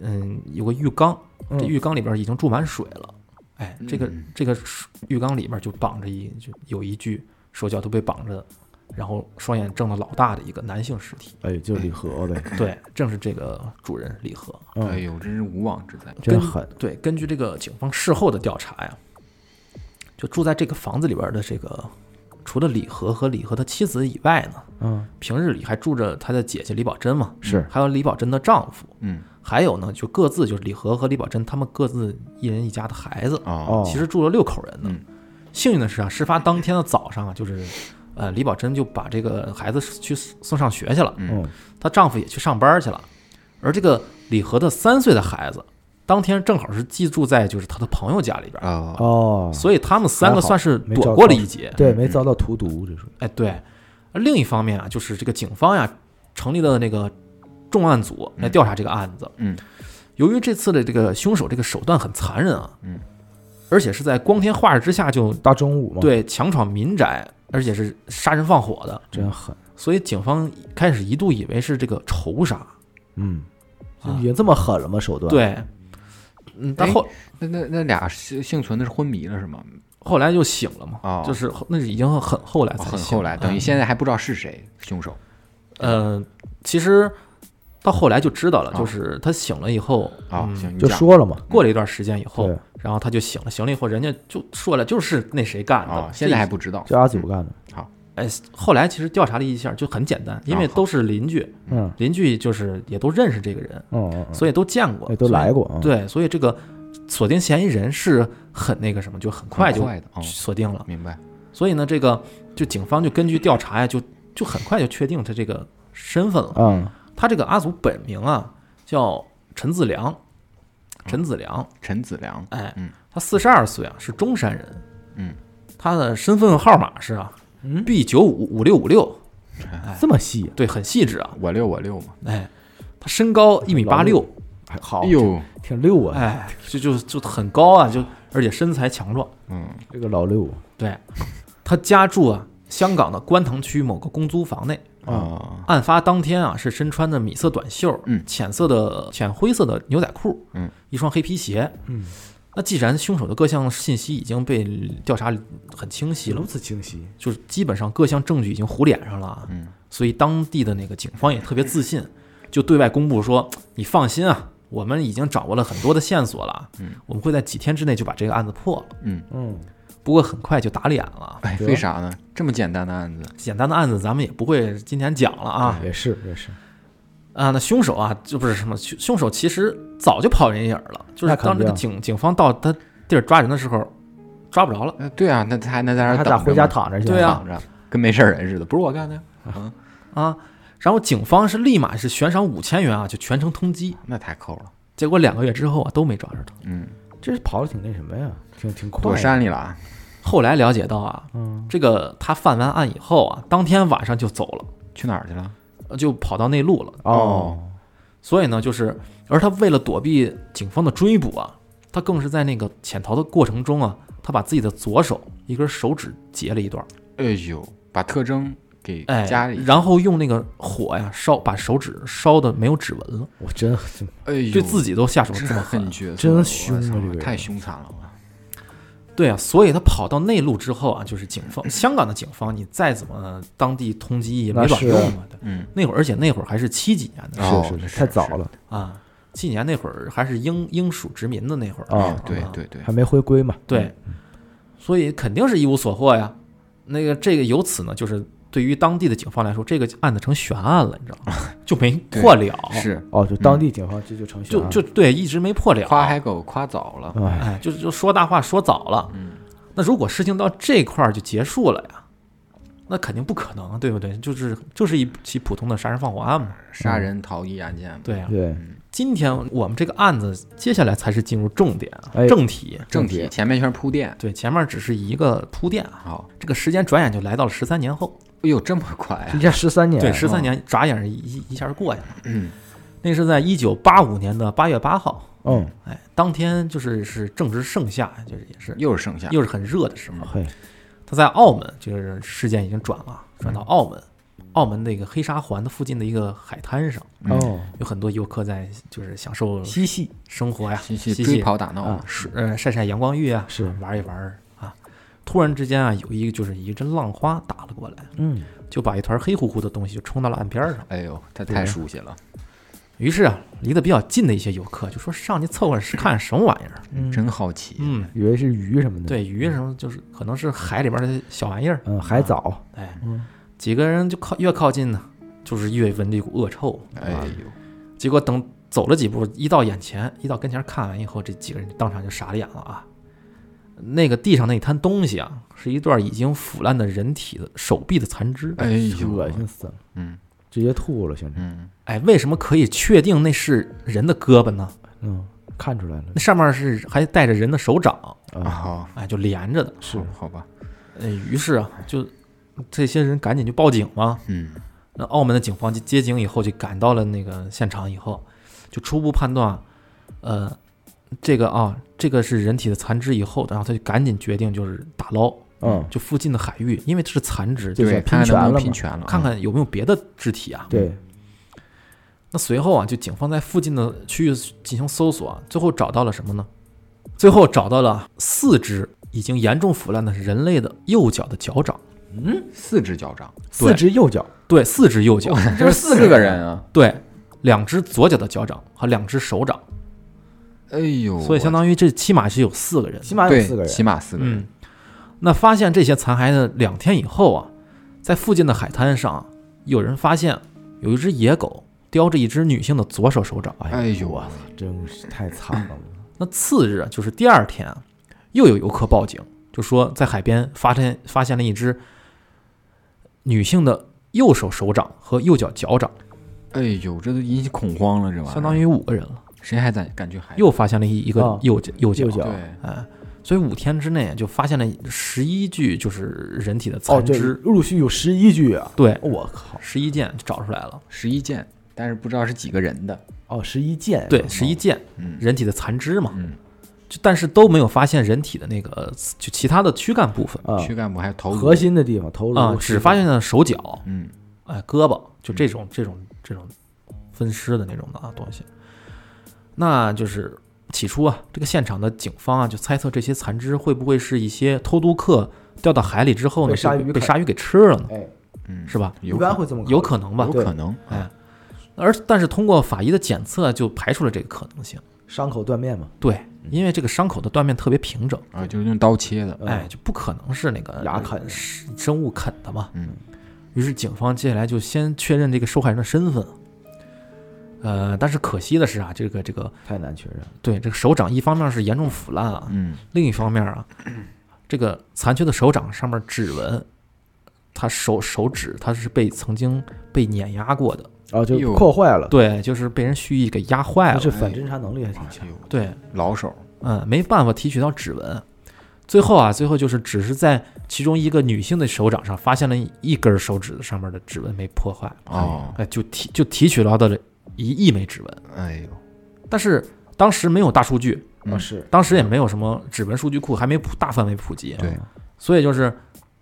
Speaker 1: 嗯，有个浴缸，
Speaker 3: 嗯
Speaker 1: 这浴缸里边儿已经注满水了。哎，这个
Speaker 2: 嗯
Speaker 1: 这个水浴缸里边儿就绑着一就有一具手脚都被绑着，然后双眼睁得老大的一个男性尸 体。
Speaker 3: 哎，就是李和呗，
Speaker 1: 对，正是这个主人李和。
Speaker 3: 嗯，
Speaker 2: 哎呦，真是无妄之灾，
Speaker 1: 跟
Speaker 3: 真狠，
Speaker 1: 对，根据这个警方事后的调查呀，就住在这个房子里边的这个，除了李和和李和他妻子以外呢，
Speaker 3: 嗯，
Speaker 1: 平日里还住着他的姐姐李宝珍嘛，
Speaker 3: 是
Speaker 1: 还有李宝珍的丈夫，
Speaker 2: 嗯
Speaker 1: 还有呢，就各自就是李和和李宝珍他们各自一人一家的孩子，
Speaker 3: 哦
Speaker 2: 哦
Speaker 1: 其实住了六口人呢。
Speaker 2: 嗯
Speaker 1: 幸运的是啊，事发当天的早上啊，就是。呃，李宝珍就把这个孩子去送上学去了，
Speaker 3: 嗯，
Speaker 1: 她丈夫也去上班去了，而这个李和的三岁的孩子，当天正好是寄住在就是她的朋友家里边儿，
Speaker 2: 哦
Speaker 3: 哦，
Speaker 1: 所以他们三个算是
Speaker 3: 还好没找
Speaker 1: 躲过了一劫。
Speaker 3: 对，没遭到荼毒，这是，
Speaker 1: 哎，对。另一方面啊，就是这个警方呀成立了那个重案组来调查这个案子。
Speaker 2: 嗯，
Speaker 1: 由于这次的这个凶手这个手段很残忍啊，
Speaker 2: 嗯，
Speaker 1: 而且是在光天化日之下就
Speaker 3: 大中午嘛，，
Speaker 1: 对强闯民宅，而且是杀人放火的，
Speaker 3: 真狠，
Speaker 1: 所以警方开始一度以为是这个仇杀。
Speaker 3: 嗯，
Speaker 1: 啊
Speaker 3: 已经这么狠了吗？手段，，
Speaker 1: 对，嗯，但
Speaker 2: 哎
Speaker 1: 后
Speaker 2: 那那那俩幸幸存的是昏迷了是吗？
Speaker 1: 后来就醒了嘛，
Speaker 2: 哦
Speaker 1: 就是后那是已经很后来
Speaker 2: 哦
Speaker 1: 才
Speaker 2: 很
Speaker 1: 醒
Speaker 2: 后来，等于
Speaker 1: 嗯
Speaker 2: 现在还不知道是谁凶手，
Speaker 1: 呃，其实到后来就知道了，
Speaker 2: 哦
Speaker 1: 就是他醒了以后，
Speaker 2: 啊
Speaker 1: 嗯，
Speaker 2: 行，你
Speaker 3: 就
Speaker 2: 讲
Speaker 3: 说了嘛，
Speaker 1: 过了一段时间以后
Speaker 3: 对，
Speaker 1: 然后他就醒了，醒了以后，人家就说了，就是那谁干的
Speaker 2: 啊，，
Speaker 1: 这
Speaker 2: 现在还
Speaker 1: 已
Speaker 2: 不知道，嗯
Speaker 3: 这阿九干的，
Speaker 1: 哎，后来其实调查了一下，就很简单，因为
Speaker 2: 啊好
Speaker 1: 都是邻居，
Speaker 3: 嗯，
Speaker 1: 邻居就是也都认识这个人，
Speaker 3: 嗯嗯嗯，
Speaker 1: 所以都见过
Speaker 3: 哎，都
Speaker 1: 所以
Speaker 3: 来过啊，
Speaker 1: 对，所以这个锁定嫌疑人是很那个什么，就很快
Speaker 2: 很
Speaker 1: 就
Speaker 2: 快的，哦，
Speaker 1: 锁定了。
Speaker 2: 明白，
Speaker 1: 所以呢，这个就警方就根据调查呀，就就很快就确定他这个身份了。
Speaker 3: 嗯，
Speaker 1: 他这个阿祖本名啊叫陈子良，陈子良，
Speaker 2: 陈子良，
Speaker 1: 哎
Speaker 2: 嗯，
Speaker 1: 他四十二岁啊，是中山人，
Speaker 2: 嗯，
Speaker 1: 他的身份号码是啊
Speaker 3: 嗯
Speaker 1: ，B 九五五六五六，
Speaker 3: 这么细，
Speaker 1: 对，很细致啊，
Speaker 2: 我六我六嘛，
Speaker 1: 哎，他身高一米八六，
Speaker 3: 还好
Speaker 2: 哎，呦，
Speaker 3: 挺溜啊，
Speaker 1: 哎，就就就很高啊，就而且身材强壮，
Speaker 2: 嗯
Speaker 3: 这个老啊六，
Speaker 1: 对，他家住啊香港的观塘区某个公租房内。
Speaker 2: 啊，
Speaker 1: 案发当天啊，是身穿的米色短袖，
Speaker 2: 嗯
Speaker 1: 浅色的浅灰色的牛仔裤，
Speaker 2: 嗯，
Speaker 1: 一双黑皮鞋，
Speaker 3: 嗯。
Speaker 1: 那既然凶手的各项信息已经被调查很清晰嗯了
Speaker 3: 如，此清晰，
Speaker 1: 就是基本上各项证据已经糊脸上了啊，
Speaker 2: 嗯
Speaker 1: 所以当地的那个警方也特别自信，就对外公布说：“你放心啊，我们已经掌握了很多的线索了，
Speaker 2: 嗯，
Speaker 1: 我们会在几天之内就把这个案子破了。
Speaker 2: 嗯，”
Speaker 3: 嗯，
Speaker 1: 不过很快就打脸了，
Speaker 2: 哎，
Speaker 3: 得
Speaker 2: 为啥呢？这么简单的案子，
Speaker 1: 简单的案子咱们也不会今天讲了啊，
Speaker 3: 也是也是，
Speaker 1: 啊，那凶手啊，就不是什么凶凶手，其实早就跑人影儿了，就是
Speaker 3: 那肯
Speaker 1: 当这个
Speaker 3: 定
Speaker 1: 警警方到他地儿抓人的时候，抓不着了。
Speaker 2: 呃，对啊，那他还能在那儿
Speaker 3: 他
Speaker 2: 等
Speaker 3: 咋
Speaker 2: 着吗
Speaker 3: 回家躺着去？
Speaker 1: 对啊
Speaker 2: 躺着，跟没事儿人似的，不是我干的啊，
Speaker 1: 啊，然后警方是立马是悬赏五千元啊，就全城通缉。
Speaker 2: 那太抠了，
Speaker 1: 结果两个月之后啊，都没抓着他。
Speaker 2: 嗯，
Speaker 3: 这跑的挺那什么呀，挺挺快
Speaker 2: 躲
Speaker 3: 的，
Speaker 2: 山里了啊，
Speaker 1: 后来了解到啊，
Speaker 3: 嗯，
Speaker 1: 这个他犯完案以后啊，当天晚上就走了，
Speaker 2: 去哪儿去了？
Speaker 1: 呃就跑到内陆了。
Speaker 3: 哦，
Speaker 1: 所以呢，就是而他为了躲避警方的追捕啊，他更是在那个潜逃的过程中啊，他把自己的左手一根手指截了一段儿。
Speaker 2: 哎呦，把特征给
Speaker 1: 哎，
Speaker 2: 家里，
Speaker 1: 然后用那个火呀烧，把手指烧的没有指纹了，
Speaker 3: 我真
Speaker 2: 哎呦，
Speaker 1: 对自己都下手
Speaker 2: 这
Speaker 1: 这么
Speaker 2: 狠
Speaker 1: 狠。
Speaker 2: 角色，
Speaker 3: 真凶啊
Speaker 2: 我操
Speaker 3: 这个人
Speaker 2: 太凶残了，我
Speaker 1: 对啊，所以他跑到内陆之后啊，就是警 方，香港的警方，你再怎么当地通缉也没
Speaker 3: 那
Speaker 1: 卵
Speaker 3: 是
Speaker 1: 用啊。对
Speaker 2: 嗯，
Speaker 1: 那会儿，而且那会儿还是七几年的事
Speaker 2: 哦
Speaker 3: 是
Speaker 2: 这
Speaker 3: 是
Speaker 2: 是
Speaker 3: 太早了
Speaker 1: 啊，七几年那会儿还是英英属殖民的那会儿
Speaker 3: 啊
Speaker 2: 哦对对对，
Speaker 3: 还没回归嘛？
Speaker 1: 对，所以肯定是一无所获呀。那个这个由此呢，就是对于当地的警方来说，这个案子成悬案了，你知道 吗？就没破了，
Speaker 2: 是
Speaker 3: 哦，就当地警方这就成悬
Speaker 1: 就
Speaker 3: 案
Speaker 1: 就对，一直没破了。
Speaker 2: 夸海狗夸早了，
Speaker 3: 哎，
Speaker 1: 哎，就就说大话说早了。
Speaker 2: 嗯，
Speaker 1: 那如果事情到这块儿就结束了呀，那肯定不可能，啊对不对？就是就是一起普通的杀人放火案嘛。
Speaker 2: 杀人逃逸案件嘛，
Speaker 1: 对呀、啊
Speaker 3: 对，
Speaker 1: 今天我们这个案子接下来才是进入重点啊，
Speaker 3: 哎
Speaker 1: 正题。
Speaker 3: 正
Speaker 2: 正题
Speaker 3: 题
Speaker 2: 前面全是铺垫，
Speaker 1: 对，前面只是一个铺垫啊，
Speaker 2: 好，
Speaker 1: 这个时间转眼就来到了十三年后。
Speaker 2: 哎呦，这么快啊
Speaker 3: 一，下十三年，
Speaker 1: 对，十
Speaker 3: 哦
Speaker 1: 三年眨眼一一一下就过去了。那是在一九八五年的八月八号，
Speaker 3: 嗯，
Speaker 1: 哎，当天就是是正值盛夏，就是也是
Speaker 2: 又是盛夏，
Speaker 1: 又是很热的时候。
Speaker 3: 嘿，
Speaker 1: 他在澳门，就是事件已经转了，啊转到
Speaker 2: 嗯
Speaker 1: 澳门，澳门那个黑沙环的附近的一个海滩上，
Speaker 2: 嗯
Speaker 3: 哦，
Speaker 1: 有很多游客在就是享受
Speaker 2: 嬉戏
Speaker 1: 生活呀，
Speaker 2: 嬉
Speaker 1: 嬉
Speaker 2: 戏
Speaker 1: 戏
Speaker 2: 追跑打闹
Speaker 3: 啊
Speaker 2: 嘛，
Speaker 1: 是呃晒晒阳光浴啊，
Speaker 3: 是
Speaker 1: 玩一玩儿啊。突然之间啊，有一个就是一阵浪花打了过来，
Speaker 3: 嗯，
Speaker 1: 就把一团黑乎乎的东西就冲到了岸边上。
Speaker 2: 哎呦，他
Speaker 3: 对
Speaker 2: 太熟悉了，
Speaker 1: 于是啊，离得比较近的一些游客就说上去凑合看什么玩意儿。
Speaker 3: 嗯
Speaker 2: 真好奇，
Speaker 1: 嗯，
Speaker 3: 以为是鱼什么的，，
Speaker 1: 对，鱼什么就是可能是海里边的小玩意儿。
Speaker 3: 嗯，海藻，
Speaker 1: 哎，
Speaker 3: 嗯，
Speaker 1: 几个人就靠越靠近呢，就是越闻着一股恶臭。
Speaker 2: 哎
Speaker 1: 啊
Speaker 2: 呦，
Speaker 1: 结果等走了几步，一到眼前，一到跟前看完以后，这几个人就当场就傻了眼了啊！那个地上那滩东西啊，是一段已经腐烂的人体的手臂的残肢。
Speaker 2: 哎
Speaker 3: 恶
Speaker 2: 呦，
Speaker 3: 心死了，
Speaker 2: 嗯
Speaker 3: 直接吐了，形成，
Speaker 2: 嗯，
Speaker 1: 哎，为什么可以确定那是人的胳膊呢？
Speaker 3: 嗯，看出来了
Speaker 1: 那上面是还带着人的手掌，
Speaker 2: 啊
Speaker 3: 啊，
Speaker 2: 好，
Speaker 1: 哎，就连着的。
Speaker 3: 是
Speaker 2: 好好吧，
Speaker 1: 呃，于是啊，就这些人赶紧就报警嘛。
Speaker 2: 嗯，
Speaker 1: 那澳门的警方就接警以后，就赶到了那个现场以后，就初步判断，呃，这个啊，这个是人体的残肢以后，然后他就赶紧决定就是打捞，
Speaker 3: 嗯，
Speaker 1: 就附近的海域，因为这是残肢，
Speaker 3: 就
Speaker 2: 对，
Speaker 3: 算拼
Speaker 2: 看看能
Speaker 3: 全
Speaker 2: 不
Speaker 3: 了
Speaker 2: 能拼
Speaker 3: 嘛
Speaker 2: 全了，
Speaker 1: 看看有没有别的肢体啊。
Speaker 3: 对，
Speaker 1: 那随后啊，就警方在附近的区域进行搜索、啊，最后找到了什么呢？最后找到了四只已经严重腐烂的人类的右脚的脚掌，
Speaker 2: 嗯四只 脚掌，
Speaker 3: 四只右脚，
Speaker 1: 对，四只右脚，
Speaker 2: 这是四个人啊，
Speaker 1: 对，两只左脚的脚掌和两只手掌，
Speaker 2: 哎呦，
Speaker 1: 所以相当于这起码是有四个人。
Speaker 3: 起码有
Speaker 2: 对
Speaker 3: 四个，人，
Speaker 2: 起码四个人
Speaker 1: 嗯，，那发现这些残骸的两天以后啊，在附近的海滩上，有人发现有一只野狗叼着一只女性的左手手掌。
Speaker 2: 哎呦
Speaker 1: 啊
Speaker 3: 我操，真是太惨了，
Speaker 1: 那次日啊就是第二天啊，又有游客报警，就说在海边发现发现了一只女性的右手手掌和右脚脚掌，
Speaker 2: 哎呦，这都引起恐慌了，这玩意儿，
Speaker 1: 相当于五个人了。
Speaker 2: 谁还在感觉还
Speaker 1: 又发现了一一个
Speaker 2: 哦
Speaker 3: 啊
Speaker 1: 右脚右脚
Speaker 3: 右，脚
Speaker 2: 对，
Speaker 1: 哎，所以五天之内就发现了十一具就是人体的
Speaker 3: 哦，
Speaker 1: 残
Speaker 3: 这
Speaker 1: 肢，
Speaker 3: 陆续有十一具啊，
Speaker 1: 对，
Speaker 3: 我靠，
Speaker 1: 十一件就找出来了，
Speaker 2: 十一件，但是不知道是几个人的，
Speaker 3: 哦，十一件，
Speaker 1: 对，十一件
Speaker 2: 嗯
Speaker 1: 人体的残肢嘛，
Speaker 2: 嗯，
Speaker 1: 就但是都没有发现人体的那个就其他的躯干部分
Speaker 3: 啊，
Speaker 2: 躯干部还有头颅
Speaker 3: 核，心的地方，头
Speaker 1: 啊、
Speaker 3: 颅，
Speaker 1: 只发现了手脚，
Speaker 2: 嗯，
Speaker 1: 哎，胳膊，就这种这
Speaker 3: 嗯
Speaker 1: 种这种分尸的那种的啊东西。那就是起初啊，这个现场的警方啊，就猜测这些残肢会不会是一些偷渡客掉到海里之后呢，
Speaker 3: 被鲨
Speaker 1: 就
Speaker 3: 鱼
Speaker 1: 被
Speaker 3: 啃
Speaker 1: 鲨鱼给吃了呢，
Speaker 3: 哎，
Speaker 2: 嗯，
Speaker 1: 是吧？
Speaker 3: 一
Speaker 2: 有
Speaker 3: 般
Speaker 2: 可
Speaker 3: 会这么
Speaker 1: 有可能吧
Speaker 2: 有。
Speaker 3: 对
Speaker 2: 可能，
Speaker 1: 哎，而但是通过法医的检测，就排除了这个可能性。
Speaker 3: 伤口断面嘛，嗯
Speaker 1: 对，因为这个伤口的断面特别平整，
Speaker 2: 啊，就是用刀切的，
Speaker 3: 嗯
Speaker 1: 哎，，就不可能是那个
Speaker 3: 牙啃的
Speaker 1: 生生物啃的嘛。
Speaker 2: 嗯，
Speaker 1: 于是警方接下来就先确认这个受害人的身份。呃，但是可惜的是啊，这个这个
Speaker 3: 太难确认了，
Speaker 1: 对这个手掌，一方面是严重腐烂啊，
Speaker 2: 嗯，
Speaker 1: 另一方面啊，这个残缺的手掌上面指纹，他手手指它是被曾经被碾压过的，
Speaker 3: 哦，就
Speaker 2: 哎呦
Speaker 3: 扩坏了，
Speaker 1: 对，哎就是被人蓄意给压坏
Speaker 3: 那
Speaker 1: 了，
Speaker 3: 这反侦查能力还挺强
Speaker 2: 哎，呦，
Speaker 1: 对，
Speaker 2: 老手，
Speaker 1: 嗯，没办法提取到指纹。最后啊，最后就是只是在其中一个女性的手掌上发现了一根手指上面的指纹没破坏，
Speaker 2: 哦，
Speaker 1: 哎，就提就提取到的了一亿枚指纹，
Speaker 2: 哎呦，
Speaker 1: 但是当时没有大数据，
Speaker 2: 嗯
Speaker 3: 啊是，
Speaker 1: 当时也没有什么指纹数据库，还没普大范围普及，啊
Speaker 2: 对，
Speaker 1: 所以就是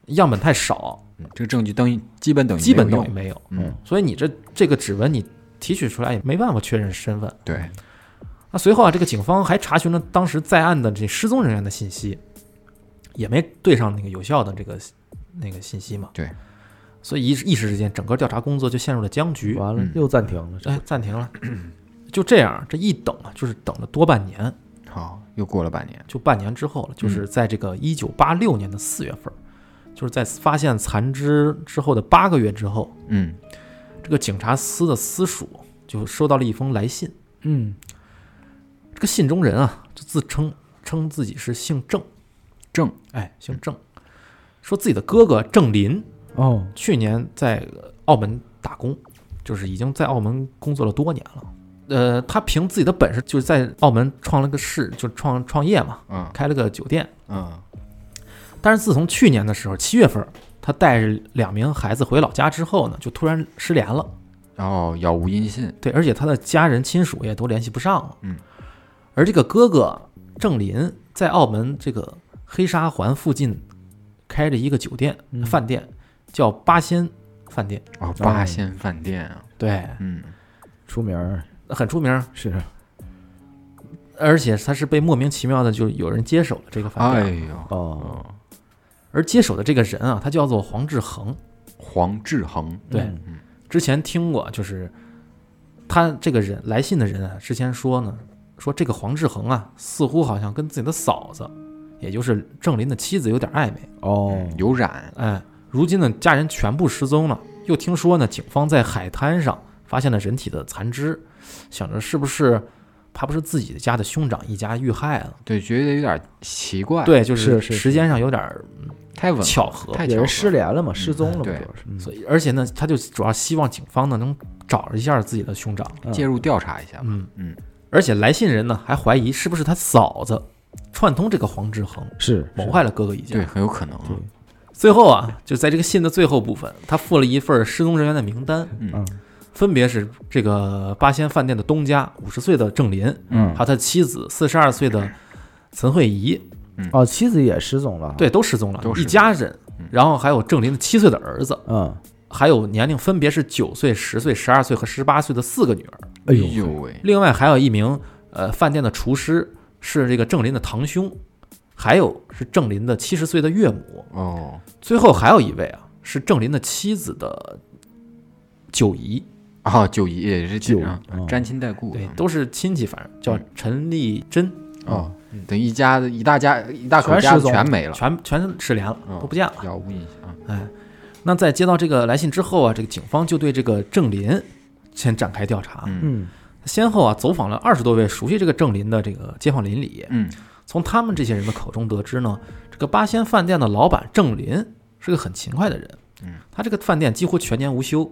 Speaker 1: 样本太少，
Speaker 2: 嗯这个证据等于基本等于
Speaker 1: 基本
Speaker 2: 没有
Speaker 1: 等于
Speaker 2: 用
Speaker 1: 没有。
Speaker 2: 嗯，
Speaker 1: 所以你这这个指纹你提取出来也没办法确认身份。
Speaker 2: 对，
Speaker 1: 那随后啊，这个警方还查询了当时在案的这失踪人员的信息，也没对上那个有效的这个那个信息嘛。
Speaker 2: 对，
Speaker 1: 所以一时一时之间，整个调查工作就陷入了僵局。
Speaker 3: 完了
Speaker 2: 嗯
Speaker 3: 又暂停了，这
Speaker 1: 哎，暂停了。 就这样，这一等啊，就是等了多半年，
Speaker 2: 好，又过了半年，
Speaker 1: 就半年之后了，就是在这个一九八六年的四月份，就是在发现残肢之后的八个月之后，
Speaker 2: 嗯
Speaker 1: 这个警察司的私署就收到了一封来信。
Speaker 3: 嗯，
Speaker 1: 这个信中人啊，就自称称自己是姓郑，
Speaker 2: 郑，
Speaker 1: 哎，姓郑，说自己的哥哥郑林
Speaker 3: 哦，
Speaker 1: 去年在澳门打工，就是已经在澳门工作了多年了。呃，他凭自己的本事，就是在澳门创了个事，就创创业嘛，
Speaker 2: 嗯
Speaker 1: 开了个酒店。
Speaker 2: 嗯
Speaker 1: 但是自从去年的时候，七月份，他带着两名孩子回老家之后呢，就突然失联了。
Speaker 2: 然后哦杳无音信，
Speaker 1: 对，而且他的家人亲属也都联系不上了。
Speaker 2: 嗯，
Speaker 1: 而这个哥哥郑林在澳门这个黑沙环附近开着一个酒店、
Speaker 3: 嗯
Speaker 1: 饭店，叫八仙饭店。
Speaker 2: 哦，八仙饭店啊，
Speaker 1: 对，
Speaker 2: 嗯，
Speaker 3: 出名儿
Speaker 1: 很出名，
Speaker 3: 是
Speaker 1: 而且他是被莫名其妙的就有人接手了这个饭
Speaker 2: 哎
Speaker 1: 店。
Speaker 2: 呦，
Speaker 3: 哦，
Speaker 2: 哦，
Speaker 1: 而接手的这个人啊，他叫做黄志恒。
Speaker 2: 黄志恒，
Speaker 1: 对
Speaker 3: 嗯
Speaker 1: 之前听过，就是他这个人来信的人啊，之前说呢，说这个黄志恒啊，似乎好像跟自己的嫂子，也就是郑林的妻子有点暧昧。
Speaker 3: 哦
Speaker 2: 嗯，有染，
Speaker 1: 哎，如今呢，家人全部失踪了，又听说呢，警方在海滩上发现了人体的残肢，想着是不是怕不是自己家的兄长一家遇害了？
Speaker 2: 对，觉得有点奇怪，，
Speaker 1: 对，就是
Speaker 3: 是是
Speaker 1: 时间上有点儿
Speaker 2: 太稳了，
Speaker 1: 巧合，
Speaker 2: 太
Speaker 3: 也
Speaker 2: 巧
Speaker 3: 是
Speaker 2: 了，
Speaker 3: 失联了嘛，失踪了嘛，
Speaker 2: 对
Speaker 3: 主要是，嗯
Speaker 1: 所以而且呢，他就主要希望警方呢能找一下自己的兄长。
Speaker 3: 嗯
Speaker 2: 介入调查一下吧，
Speaker 1: 嗯
Speaker 2: 嗯，
Speaker 1: 而且来信人呢还怀疑是不是他嫂子串通这个黄志恒
Speaker 3: 是是
Speaker 1: 谋害了哥哥一家
Speaker 2: 对，。很有可能啊，
Speaker 3: 对
Speaker 1: 最后啊，就在这个信的最后部分，他附了一份失踪人员的名单，
Speaker 2: 嗯
Speaker 3: 嗯
Speaker 1: 分别是这个八仙饭店的东家五十岁的郑林，
Speaker 2: 嗯
Speaker 1: 还有他妻子四十二岁的岑慧仪，
Speaker 3: 哦，妻子也失踪了，
Speaker 1: 对，，都失踪了
Speaker 2: 都，失踪嗯
Speaker 1: 一家人。然后还有郑林的七岁的儿子，
Speaker 3: 嗯，
Speaker 1: 还有年龄分别是九岁、十岁、十二岁和十八岁的四个女儿。
Speaker 3: 哎呦，
Speaker 2: 呦喂，
Speaker 1: 另外还有一名呃饭店的厨师是这个郑林的堂兄，还有是郑林的七十岁的岳母，
Speaker 2: 哦
Speaker 1: 最后还有一位啊是郑林的妻子的九姨，
Speaker 2: 啊，九姨也是
Speaker 3: 九
Speaker 2: 啊
Speaker 3: 嗯
Speaker 2: 沾亲带故，
Speaker 1: 对，
Speaker 2: 嗯
Speaker 1: 都是亲戚，反正叫陈丽珍，
Speaker 2: 哦，等于一家子一大家一大
Speaker 3: 嗯
Speaker 2: 口
Speaker 3: 全
Speaker 2: 家
Speaker 3: 失
Speaker 2: 子
Speaker 3: 踪
Speaker 2: 全没了，
Speaker 1: 全全失联了，
Speaker 2: 嗯
Speaker 1: 都不见了。
Speaker 2: 杳无音信啊，
Speaker 1: 哎，那在接到这个来信之后啊，这个警方就对这个郑林先展开调查，
Speaker 2: 嗯
Speaker 3: 嗯
Speaker 1: 先后啊走访了二十多位熟悉这个郑林的这个街坊邻里，
Speaker 2: 嗯，
Speaker 1: 从他们这些人的口中得知呢，这个八仙饭店的老板郑林是个很勤快的人。
Speaker 2: 嗯，
Speaker 1: 他这个饭店几乎全年无休，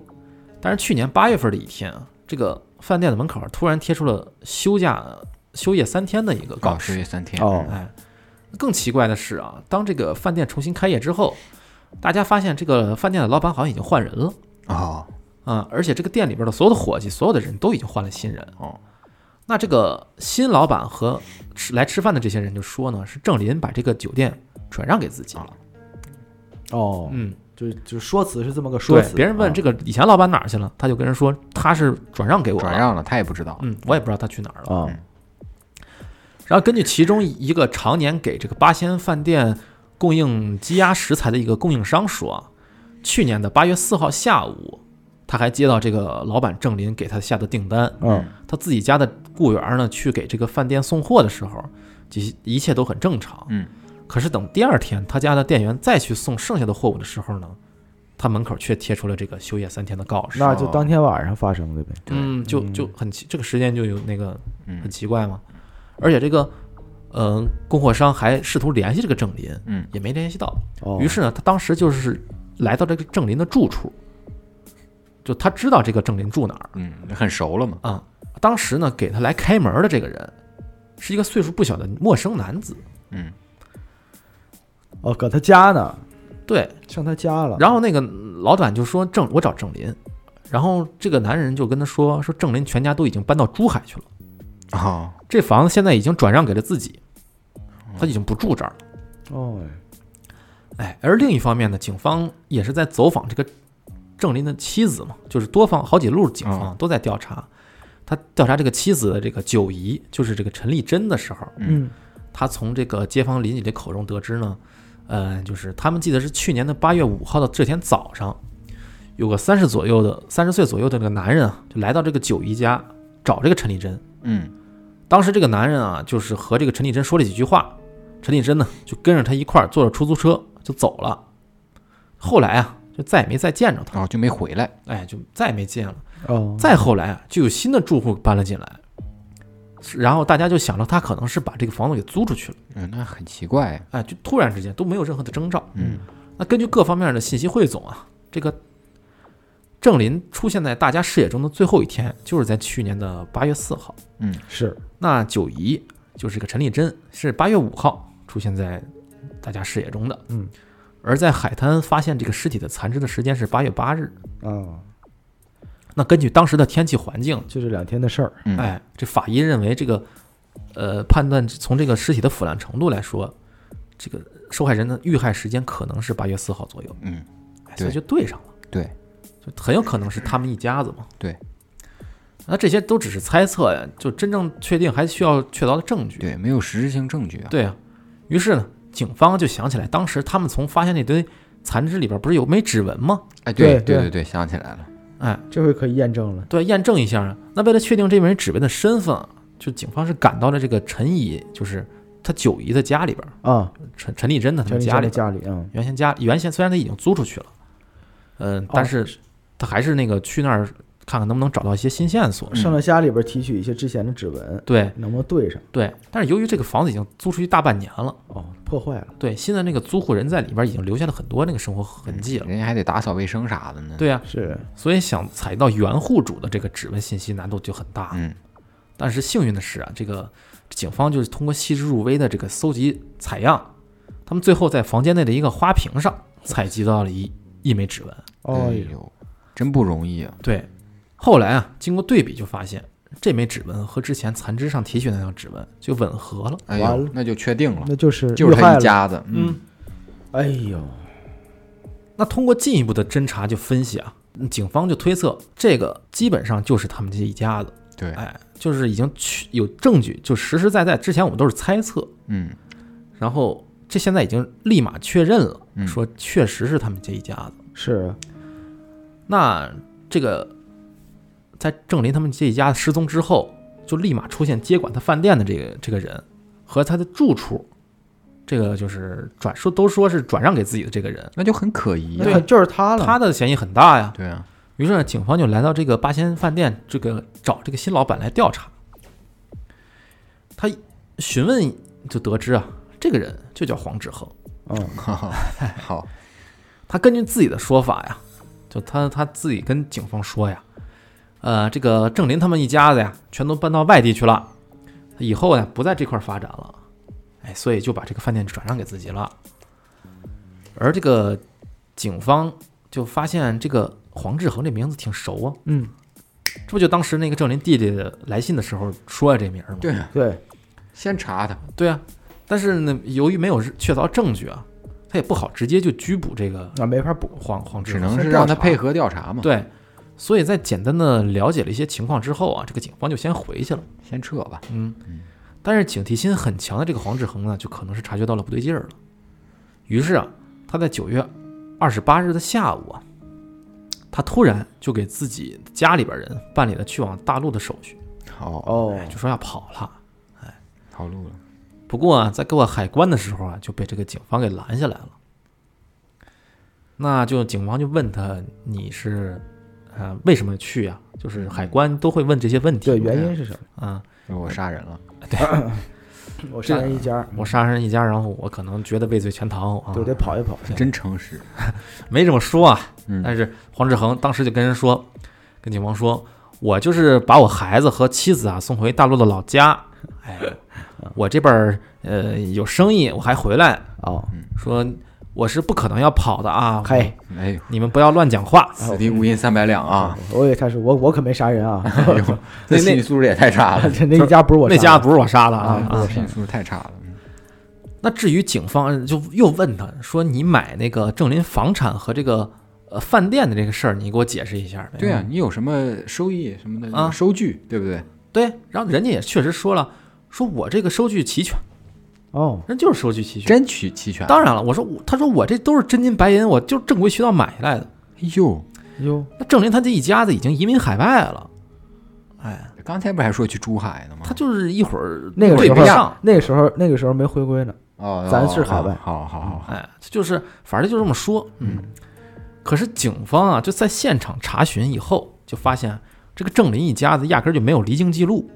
Speaker 1: 但是去年八月份的一天啊，这个饭店的门口啊突然贴出了休假休业三天的一个告
Speaker 2: 搞十
Speaker 1: 示。
Speaker 2: 月三天
Speaker 3: 哦
Speaker 1: 哎，更奇怪的是啊，当这个饭店重新开业之后，大家发现这个饭店的老板好像已经换人了
Speaker 2: 哦
Speaker 1: 啊、而且这个店里边的所有的伙计、所有的人都已经换了新人。
Speaker 2: 哦，
Speaker 1: 那这个新老板和吃来吃饭的这些人就说呢，是郑林把这个酒店转让给自己
Speaker 2: 啊
Speaker 1: 了。
Speaker 3: 哦，
Speaker 1: 嗯，
Speaker 3: 就就说辞是这么个说
Speaker 1: 对，
Speaker 3: 辞，
Speaker 1: 别人问
Speaker 3: 啊
Speaker 1: 这个以前老板哪儿去了，他就跟人说他是转
Speaker 3: 哎
Speaker 1: 让给我了。
Speaker 2: 转。让了他也不知道，
Speaker 1: 嗯，我也不知道他去哪儿了。
Speaker 3: 啊
Speaker 2: 嗯
Speaker 1: 然后根据其中一个常年给这个八仙饭店供应鸡鸭食材的一个供应商说啊，去年的八月四号下午，他还接到这个老板郑林给他下的订单，
Speaker 3: 嗯
Speaker 1: 他自己家的雇员呢去给这个饭店送货的时候，一一切都很正常。
Speaker 2: 嗯，
Speaker 1: 可是等第二天他家的店员再去送剩下的货物的时候呢，他门口却贴出了这个休业三天的告示。
Speaker 3: 那就当天晚上发生的呗，
Speaker 2: 对
Speaker 1: 嗯，就就很奇，这个时间就有那个很
Speaker 2: 嗯
Speaker 1: 奇怪嘛。而且这个，嗯、供货商还试图联系这个郑林，
Speaker 2: 嗯，
Speaker 1: 也没联系到。
Speaker 3: 哦，
Speaker 1: 于是呢，他当时就是来到这个郑林的住处，就他知道这个郑林住哪儿。
Speaker 2: 嗯，很熟了嘛，
Speaker 1: 啊、当时呢，给他来开门的这个人是一个岁数不小的陌生男子，
Speaker 2: 嗯
Speaker 3: 哦，搁他家呢，
Speaker 1: 对。
Speaker 3: 上他家了，
Speaker 1: 然后那个老板就说郑，我找郑林。然后这个男人就跟他说，说郑林全家都已经搬到珠海去了，
Speaker 3: 嗯
Speaker 2: 哦
Speaker 1: 这房子现在已经转让给了自己，他已经不住这儿了。
Speaker 3: 哦，
Speaker 1: 哎，而另一方面呢，警方也是在走访这个郑林的妻子嘛，就是多方好几路警方都在调查，他调查这个妻子的这个九姨，就是这个陈丽珍的时候，
Speaker 3: 嗯
Speaker 1: 他从这个街坊邻居的口中得知呢，呃，就是他们记得是去年的八月五号的这天早上，有个三十左右的三十岁左右的这个男人啊，就来到这个九姨家找这个陈丽珍。
Speaker 2: 嗯
Speaker 1: 当时这个男人啊，就是和这个陈丽珍说了几句话，陈丽珍呢就跟着他一块儿坐着出租车就走了。后来啊，就再也没再见着他，
Speaker 2: 哦，就没回来。
Speaker 1: 哎，就再也没见了。
Speaker 3: 哦，
Speaker 1: 再后来啊，就有新的住户搬了进来，然后大家就想着他可能是把这个房子给租出去了，
Speaker 2: 嗯，那很奇怪呀。
Speaker 1: 哎，就突然之间都没有任何的征兆。
Speaker 2: 嗯
Speaker 1: 那根据各方面的信息汇总啊，这个郑林出现在大家视野中的最后一天，就是在去年的八月四号。
Speaker 2: 嗯
Speaker 3: 是
Speaker 1: 那九姨就是这个陈丽珍，是八月五号出现在大家视野中的。
Speaker 3: 嗯，
Speaker 1: 而在海滩发现这个尸体的残肢的时间是八月八日。
Speaker 3: 啊，
Speaker 1: 那根据当时的天气环境，
Speaker 3: 就这两天的事儿。
Speaker 2: 嗯，
Speaker 1: 哎，这法医认为这个，呃，判断从这个尸体的腐烂程度来说，这个受害人的遇害时间可能是八月四号左右，
Speaker 2: 嗯，
Speaker 1: 哎所以
Speaker 2: 对
Speaker 1: 就对上了。
Speaker 2: 对，
Speaker 1: 就很有可能是他们一家子嘛。
Speaker 2: 对，
Speaker 1: 那这些都只是猜测呀，就真正确定还需要确凿的证据。
Speaker 2: 对，没有实质性证据啊。
Speaker 1: 对啊，于是呢，警方就想起来，当时他们从发现那堆残肢里边不是有没指纹吗？
Speaker 2: 哎，对
Speaker 3: 对对
Speaker 2: 对对，想起来了。
Speaker 1: 哎，
Speaker 3: 这回可以验证了，
Speaker 1: 对，验证一下啊。那为了确定这枚指纹的身份啊，就警方是赶到了这个陈姨，就是他九姨的家里边，
Speaker 3: 啊，
Speaker 1: 陈陈丽珍的他
Speaker 3: 全
Speaker 1: 们嗯
Speaker 3: 力
Speaker 1: 家里
Speaker 3: 的
Speaker 1: 边。
Speaker 3: 家里啊，
Speaker 1: 原先家原先虽然他已经租出去了，嗯、但是他还是那个去那儿看看能不能找到一些新线索。
Speaker 3: 上到家里边提取一些之前的指纹，
Speaker 1: 对
Speaker 3: 能不能对上？
Speaker 1: 对，但是由于这个房子已经租出去大半年了，
Speaker 3: 哦，破坏了，
Speaker 1: 对，现在那个租户人在里边已经留下了很多那个生活痕迹了。
Speaker 2: 人家还得打扫卫生啥的呢。，
Speaker 1: 对啊，
Speaker 3: 是
Speaker 1: 所以想采集到原户主的这个指纹信息难度就很大。
Speaker 2: 嗯
Speaker 1: 但是幸运的是啊，这个警方就是通过细致入微的这个搜集采样，他们最后在房间内的一个花瓶上采集到了一一枚指纹。
Speaker 3: 哦
Speaker 2: 哎，呦，真不容易啊。
Speaker 1: 对，后来啊，经过对比就发现这枚指纹和之前残肢上提取的那条指纹就吻合了。
Speaker 2: 哎
Speaker 3: 完
Speaker 2: 呦
Speaker 3: 了，
Speaker 2: 那就确定了，
Speaker 3: 那就是
Speaker 2: 就是
Speaker 3: 遇
Speaker 2: 他
Speaker 3: 害
Speaker 2: 一
Speaker 3: 了。
Speaker 2: 家子。嗯，
Speaker 3: 哎呦，
Speaker 1: 那通过进一步的侦查就分析啊，警方就推测这个基本上就是他们这一家子，
Speaker 2: 对，
Speaker 1: 哎，就是已经去有证据，就实实在在。之前我们都是猜测，
Speaker 2: 嗯
Speaker 1: 然后这现在已经立马确认了，
Speaker 2: 嗯
Speaker 1: 说确实是他们这一家子。
Speaker 3: 是啊
Speaker 1: 那这个在郑林他们这一家失踪之后，就立马出现接管他饭店的这个这个人和他的住处，这个就是转说都说是转让给自己的这个人，
Speaker 2: 那就很可疑
Speaker 3: 那
Speaker 2: 啊。
Speaker 3: 很就是他了，
Speaker 1: 他的嫌疑很大呀。
Speaker 2: 对啊，
Speaker 1: 于是呢警方就来到这个八仙饭店，这个找这个新老板来调查。他询问就得知啊，这个人就叫黄志恒。
Speaker 3: 嗯，
Speaker 2: 好，
Speaker 1: 他根据自己的说法呀，就他他自己跟警方说呀，呃，这个郑林他们一家子呀，全都搬到外地去了，以后呀不在这块儿发展了，哎，所以就把这个饭店转让给自己了。而这个警方就发现这个黄志恒这名字挺熟啊，
Speaker 3: 嗯，
Speaker 1: 这不就当时那个郑林弟弟的来信的时候说呀这名儿吗？
Speaker 2: 对啊，
Speaker 3: 对，
Speaker 2: 先查他。
Speaker 3: 嗯
Speaker 1: 对啊，但是呢，由于没有确凿证据啊，他也不好直接就拘捕这个
Speaker 3: 那没法补，
Speaker 1: 黄黄志
Speaker 2: 只
Speaker 1: 恒。
Speaker 2: 能是
Speaker 3: 调
Speaker 2: 让他
Speaker 3: 查
Speaker 2: 配合调查嘛，
Speaker 1: 对，所以在简单的了解了一些情况之后啊，这个警方就先回去了。
Speaker 2: 先撤吧。
Speaker 1: 嗯，但是警惕心很强的这个黄志恒呢，就可能是察觉到了不对劲儿了。于是啊，他在九月二十八日的下午啊，他突然就给自己家里边人办理了去往大陆的手续，哎
Speaker 2: 好，
Speaker 3: 哦，
Speaker 1: 就说要跑了。
Speaker 2: 套路了。
Speaker 1: 不过啊，在过海关的时候啊，就被这个警方给拦下来了。那就警方就问他：“你是，呃，为什么去呀、就是海关都会问这些问题。
Speaker 3: 对，原因是什么？
Speaker 1: 啊，
Speaker 2: 哎我杀人了，
Speaker 3: 我是人一家，
Speaker 1: 我杀人一家，然后我可能觉得畏罪潜逃啊，
Speaker 3: 对，得跑一跑，
Speaker 2: 真诚实。
Speaker 1: 没这么说啊。
Speaker 2: 嗯
Speaker 1: 但是黄志恒当时就跟人说，跟警方说，我就是把我孩子和妻子啊送回大陆的老家，哎，我这边儿呃有生意，我还回来，
Speaker 3: 哦，
Speaker 1: 说我是不可能要跑的啊，
Speaker 3: 嘿，
Speaker 2: 哎呦，
Speaker 1: 你们不要乱讲话。
Speaker 2: 此地无银三百两啊！
Speaker 3: 我以为他是我，我可没杀人啊，
Speaker 2: 哎呦，这心理素质也太差了，
Speaker 3: 这那一家不是我
Speaker 1: 那
Speaker 3: 杀
Speaker 1: 家
Speaker 3: 的，
Speaker 1: 不是我杀的
Speaker 3: 啊
Speaker 1: 啊！
Speaker 3: 不
Speaker 1: 啊
Speaker 3: 是
Speaker 2: 心理素质太差了。嗯
Speaker 1: 那至于警方就又问他说：“你买那个正林房产和这个呃饭店的这个事儿，你给我解释一下
Speaker 3: 哎
Speaker 1: 呗。”
Speaker 2: 对啊，你有什么收益什么的
Speaker 1: 啊
Speaker 2: 有收据，对不对？
Speaker 1: 对，然后人家也确实说了，说我这个收据齐全，
Speaker 3: 哦，
Speaker 1: 人就是收据齐全。
Speaker 2: 真取齐
Speaker 3: 啊
Speaker 2: 全。
Speaker 1: 当然了，我说我，他说我这都是真金白银，我就是正规渠道买下来的。
Speaker 2: 哎呦，
Speaker 3: 哟，
Speaker 1: 那郑林他这一家子已经移民海外了，哎，
Speaker 2: 刚才不还说去珠海呢吗？
Speaker 1: 他就是一会儿
Speaker 3: 啊那个
Speaker 1: 对
Speaker 3: 时
Speaker 1: 不
Speaker 3: 候
Speaker 1: 上，
Speaker 3: 那个时候那个时候没回归呢，
Speaker 2: 哦，
Speaker 3: 咱是海外
Speaker 2: 哦好好好好，
Speaker 1: 哎，就是反正就这么说，
Speaker 2: 嗯。
Speaker 1: 可是警方啊，就在现场查询以后，就发现这个郑林一家子压根儿就没有离境记录，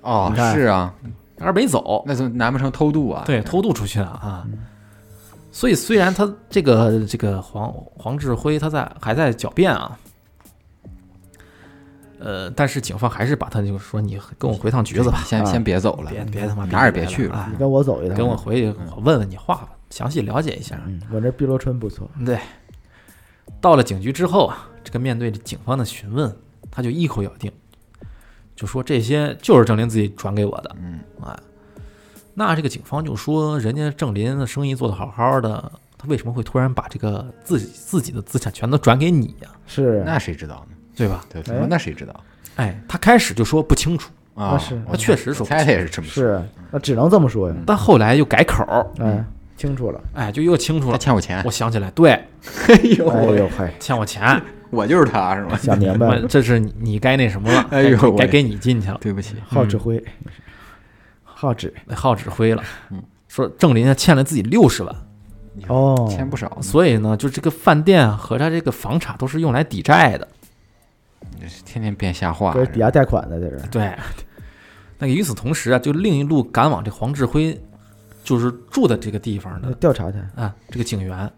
Speaker 2: 哦
Speaker 3: 你，看
Speaker 2: 是啊，
Speaker 1: 压根儿没走，
Speaker 2: 那怎嗯么难不成偷渡啊？
Speaker 1: 对，偷渡出去的啊。所以虽然他这个这个黄黄志辉他在还在狡辩啊，呃，但是警方还是把他就说你跟我回趟局子吧，
Speaker 2: 先
Speaker 3: 啊
Speaker 2: 先别走了，
Speaker 1: 别别他妈
Speaker 2: 哪儿也别嗯去
Speaker 1: 了，
Speaker 2: 了
Speaker 1: 哎
Speaker 3: 你跟我走一趟，
Speaker 1: 跟我，回去我问问你话吧，详细了解一下。
Speaker 3: 嗯，我这碧螺春不错，
Speaker 1: 对，到了警局之后啊，这个面对着警方的询问，他就一口咬定，就说这些就是郑林自己转给我的。
Speaker 2: 嗯，
Speaker 1: 哎，那这个警方就说，人家郑林的生意做得好好的，他为什么会突然把这个自己自己的资产全都转给你呀、
Speaker 3: 是，啊
Speaker 2: 那谁知道呢？
Speaker 1: 对吧？
Speaker 2: 对，
Speaker 3: 哎
Speaker 2: 那谁知道
Speaker 1: 哎，他开始就说不清楚，
Speaker 2: 啊？
Speaker 3: 那是
Speaker 2: 我
Speaker 1: 他确实
Speaker 2: 我
Speaker 1: 说不清
Speaker 2: 猜他
Speaker 1: 楚，
Speaker 2: 也是这么说。
Speaker 3: 是，啊那只能这么说呀，
Speaker 2: 嗯
Speaker 1: 但后来又改口儿，
Speaker 3: 哎，清楚了，
Speaker 1: 哎，就又清楚
Speaker 2: 他
Speaker 1: 了。
Speaker 2: 欠我钱，
Speaker 1: 我想起来，对，
Speaker 2: 哎 呦
Speaker 3: 哎呦嘿，
Speaker 1: 欠我钱，
Speaker 2: 我就是他是吗？
Speaker 3: 想明白 了，
Speaker 1: 这是你你该那什么了，
Speaker 2: 哎呦
Speaker 1: 该
Speaker 2: 喂
Speaker 1: 该给你进去了。
Speaker 2: 对不起，
Speaker 3: 好指挥，好指，
Speaker 1: 那浩指挥了，说郑林啊欠了自己六十万，
Speaker 3: 哦，
Speaker 2: 欠不少，
Speaker 1: 所以呢，就这个饭店啊和他这个房产都是用来抵债的。
Speaker 2: 你这天天编瞎话
Speaker 3: 这，是抵押贷款的，这是，
Speaker 1: 对，那与此同时啊，就另一路赶往这黄志辉就是住的这个地方
Speaker 3: 那
Speaker 1: 的
Speaker 3: 调查他，
Speaker 1: 啊，这个警员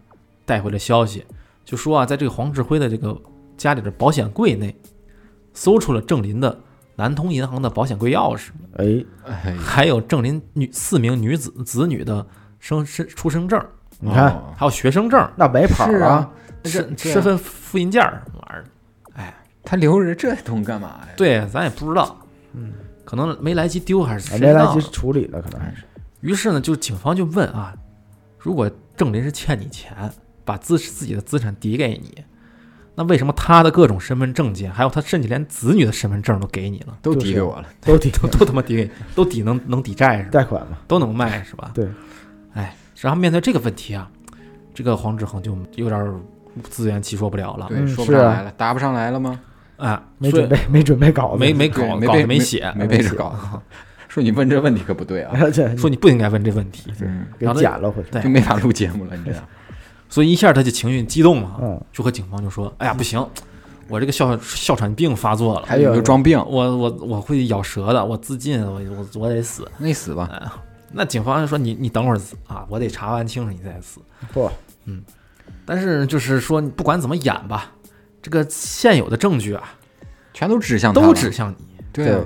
Speaker 1: 带回了消息，就说啊，在这个黄志辉的这个家里的保险柜内，搜出了郑林的南通银行的保险柜钥匙，
Speaker 3: 哎，
Speaker 2: 哎
Speaker 1: 还有郑林女四名女子子女的生身出生证，
Speaker 3: 你看
Speaker 2: 哦
Speaker 1: 还有学生证。
Speaker 3: 那没跑
Speaker 2: 是
Speaker 3: 了，
Speaker 2: 啊，这
Speaker 1: 身
Speaker 2: 这
Speaker 1: 身份复印件儿什么玩意儿的，
Speaker 2: 他留着这东西干嘛呀？
Speaker 1: 对，咱也不知道，嗯，可能没来及丢还是
Speaker 3: 哎
Speaker 1: 谁知
Speaker 3: 没来
Speaker 1: 道
Speaker 3: 及
Speaker 1: 呢
Speaker 3: 处理了，可能还是，
Speaker 1: 于是呢，就警方就问啊，如果郑林是欠你钱，把资自己的资产抵给你，那为什么他的各种身份证件，还有他甚至连子女的身份证都给你了，
Speaker 2: 都
Speaker 3: 就是
Speaker 2: 抵给我了，
Speaker 3: 都抵
Speaker 1: 都都他妈抵给，都抵能能抵债是吧？
Speaker 3: 贷款嘛，
Speaker 1: 都能卖是吧？
Speaker 3: 对，
Speaker 1: 哎，然后面对这个问题啊，这个黄志恒就有点儿自圆其说不了了，
Speaker 2: 对，
Speaker 3: 嗯
Speaker 2: 说不
Speaker 3: 是
Speaker 2: 上
Speaker 3: 啊
Speaker 2: 来了，答不上来了吗？
Speaker 1: 哎，
Speaker 3: 没
Speaker 1: 所以
Speaker 3: 准备没准备稿子，
Speaker 1: 没没
Speaker 2: 对
Speaker 1: 搞
Speaker 2: 没
Speaker 1: 稿
Speaker 2: 被
Speaker 1: 子没写，
Speaker 2: 没背
Speaker 3: 写
Speaker 2: 着
Speaker 3: 啊
Speaker 2: 稿， 说你问这问题可不对啊，
Speaker 3: 这
Speaker 1: 说你不应该问这问题，
Speaker 2: 嗯
Speaker 3: 给
Speaker 1: 然后
Speaker 3: 捡了回去，
Speaker 1: 对
Speaker 2: 就没法录节目了，你这样。
Speaker 1: 所以一下他就情绪激动了，
Speaker 3: 嗯，
Speaker 1: 就和警方就说：“哎呀，不行，我这个哮哮喘病发作了，
Speaker 3: 还有
Speaker 2: 你就装病，
Speaker 1: 我我我会咬舌的，我自尽，我我我得死。
Speaker 2: 那你死吧。”
Speaker 1: 那警方就说：“你你等会儿死啊，我得查完清楚你再死。
Speaker 3: 嚯，”
Speaker 1: 但是就是说，你不管怎么演吧，这个现有的证据啊，
Speaker 2: 全都指向他了
Speaker 1: 都指向你，
Speaker 2: 对啊，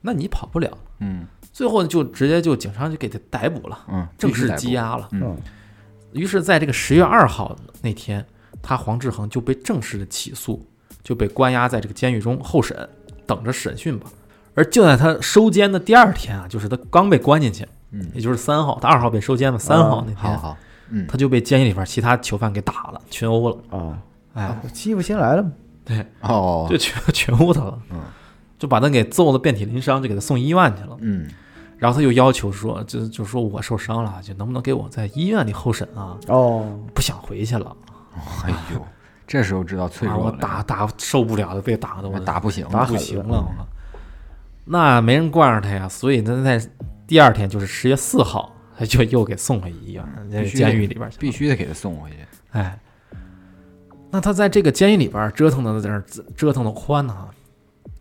Speaker 1: 那你跑不了。
Speaker 2: 嗯
Speaker 1: 最后就直接就警察就给他逮捕了，
Speaker 2: 嗯，
Speaker 1: 正
Speaker 2: 必须
Speaker 1: 式
Speaker 2: 逮捕
Speaker 1: 羁押了。
Speaker 2: 嗯
Speaker 3: 嗯，
Speaker 1: 于是，在这个十月二号那天，他黄志恒就被正式的起诉，就被关押在这个监狱中候审，等着审讯吧。而就在他收监的第二天啊，就是他刚被关进去，
Speaker 2: 嗯，
Speaker 1: 也就是三号，他二号被收监嘛，三号那天、
Speaker 2: 好好，嗯，
Speaker 1: 他就被监狱里边其他囚犯给打了，群殴了，
Speaker 3: 啊，
Speaker 1: 哎，
Speaker 3: 欺负新来了嘛，
Speaker 1: 对，
Speaker 2: 哦
Speaker 1: 就，群 群殴他了，
Speaker 2: 嗯
Speaker 1: 就把他给揍得遍体鳞伤，就给他送医院去了。
Speaker 2: 嗯，
Speaker 1: 然后他又要求说，就就说我受伤了，啊就能不能给我在医院里候审啊？
Speaker 3: 哦，
Speaker 1: 不想回去了，
Speaker 2: 哎呦，这时候知道脆
Speaker 1: 啊，
Speaker 2: 弱
Speaker 1: 我
Speaker 2: 了，哎
Speaker 1: 打打受不了了，被打的我
Speaker 2: 打不行
Speaker 3: 打
Speaker 2: 了，
Speaker 1: 不
Speaker 3: 狠
Speaker 1: 行
Speaker 3: 了
Speaker 1: 了，我那没人惯着他呀，所以他在第二天就是十月四号，他就又给送回医院，在
Speaker 2: 嗯必须
Speaker 1: 监狱里边去了
Speaker 2: 必须得给他送回去。
Speaker 1: 哎，那他在这个监狱里边折腾的在那儿折折腾的欢呢，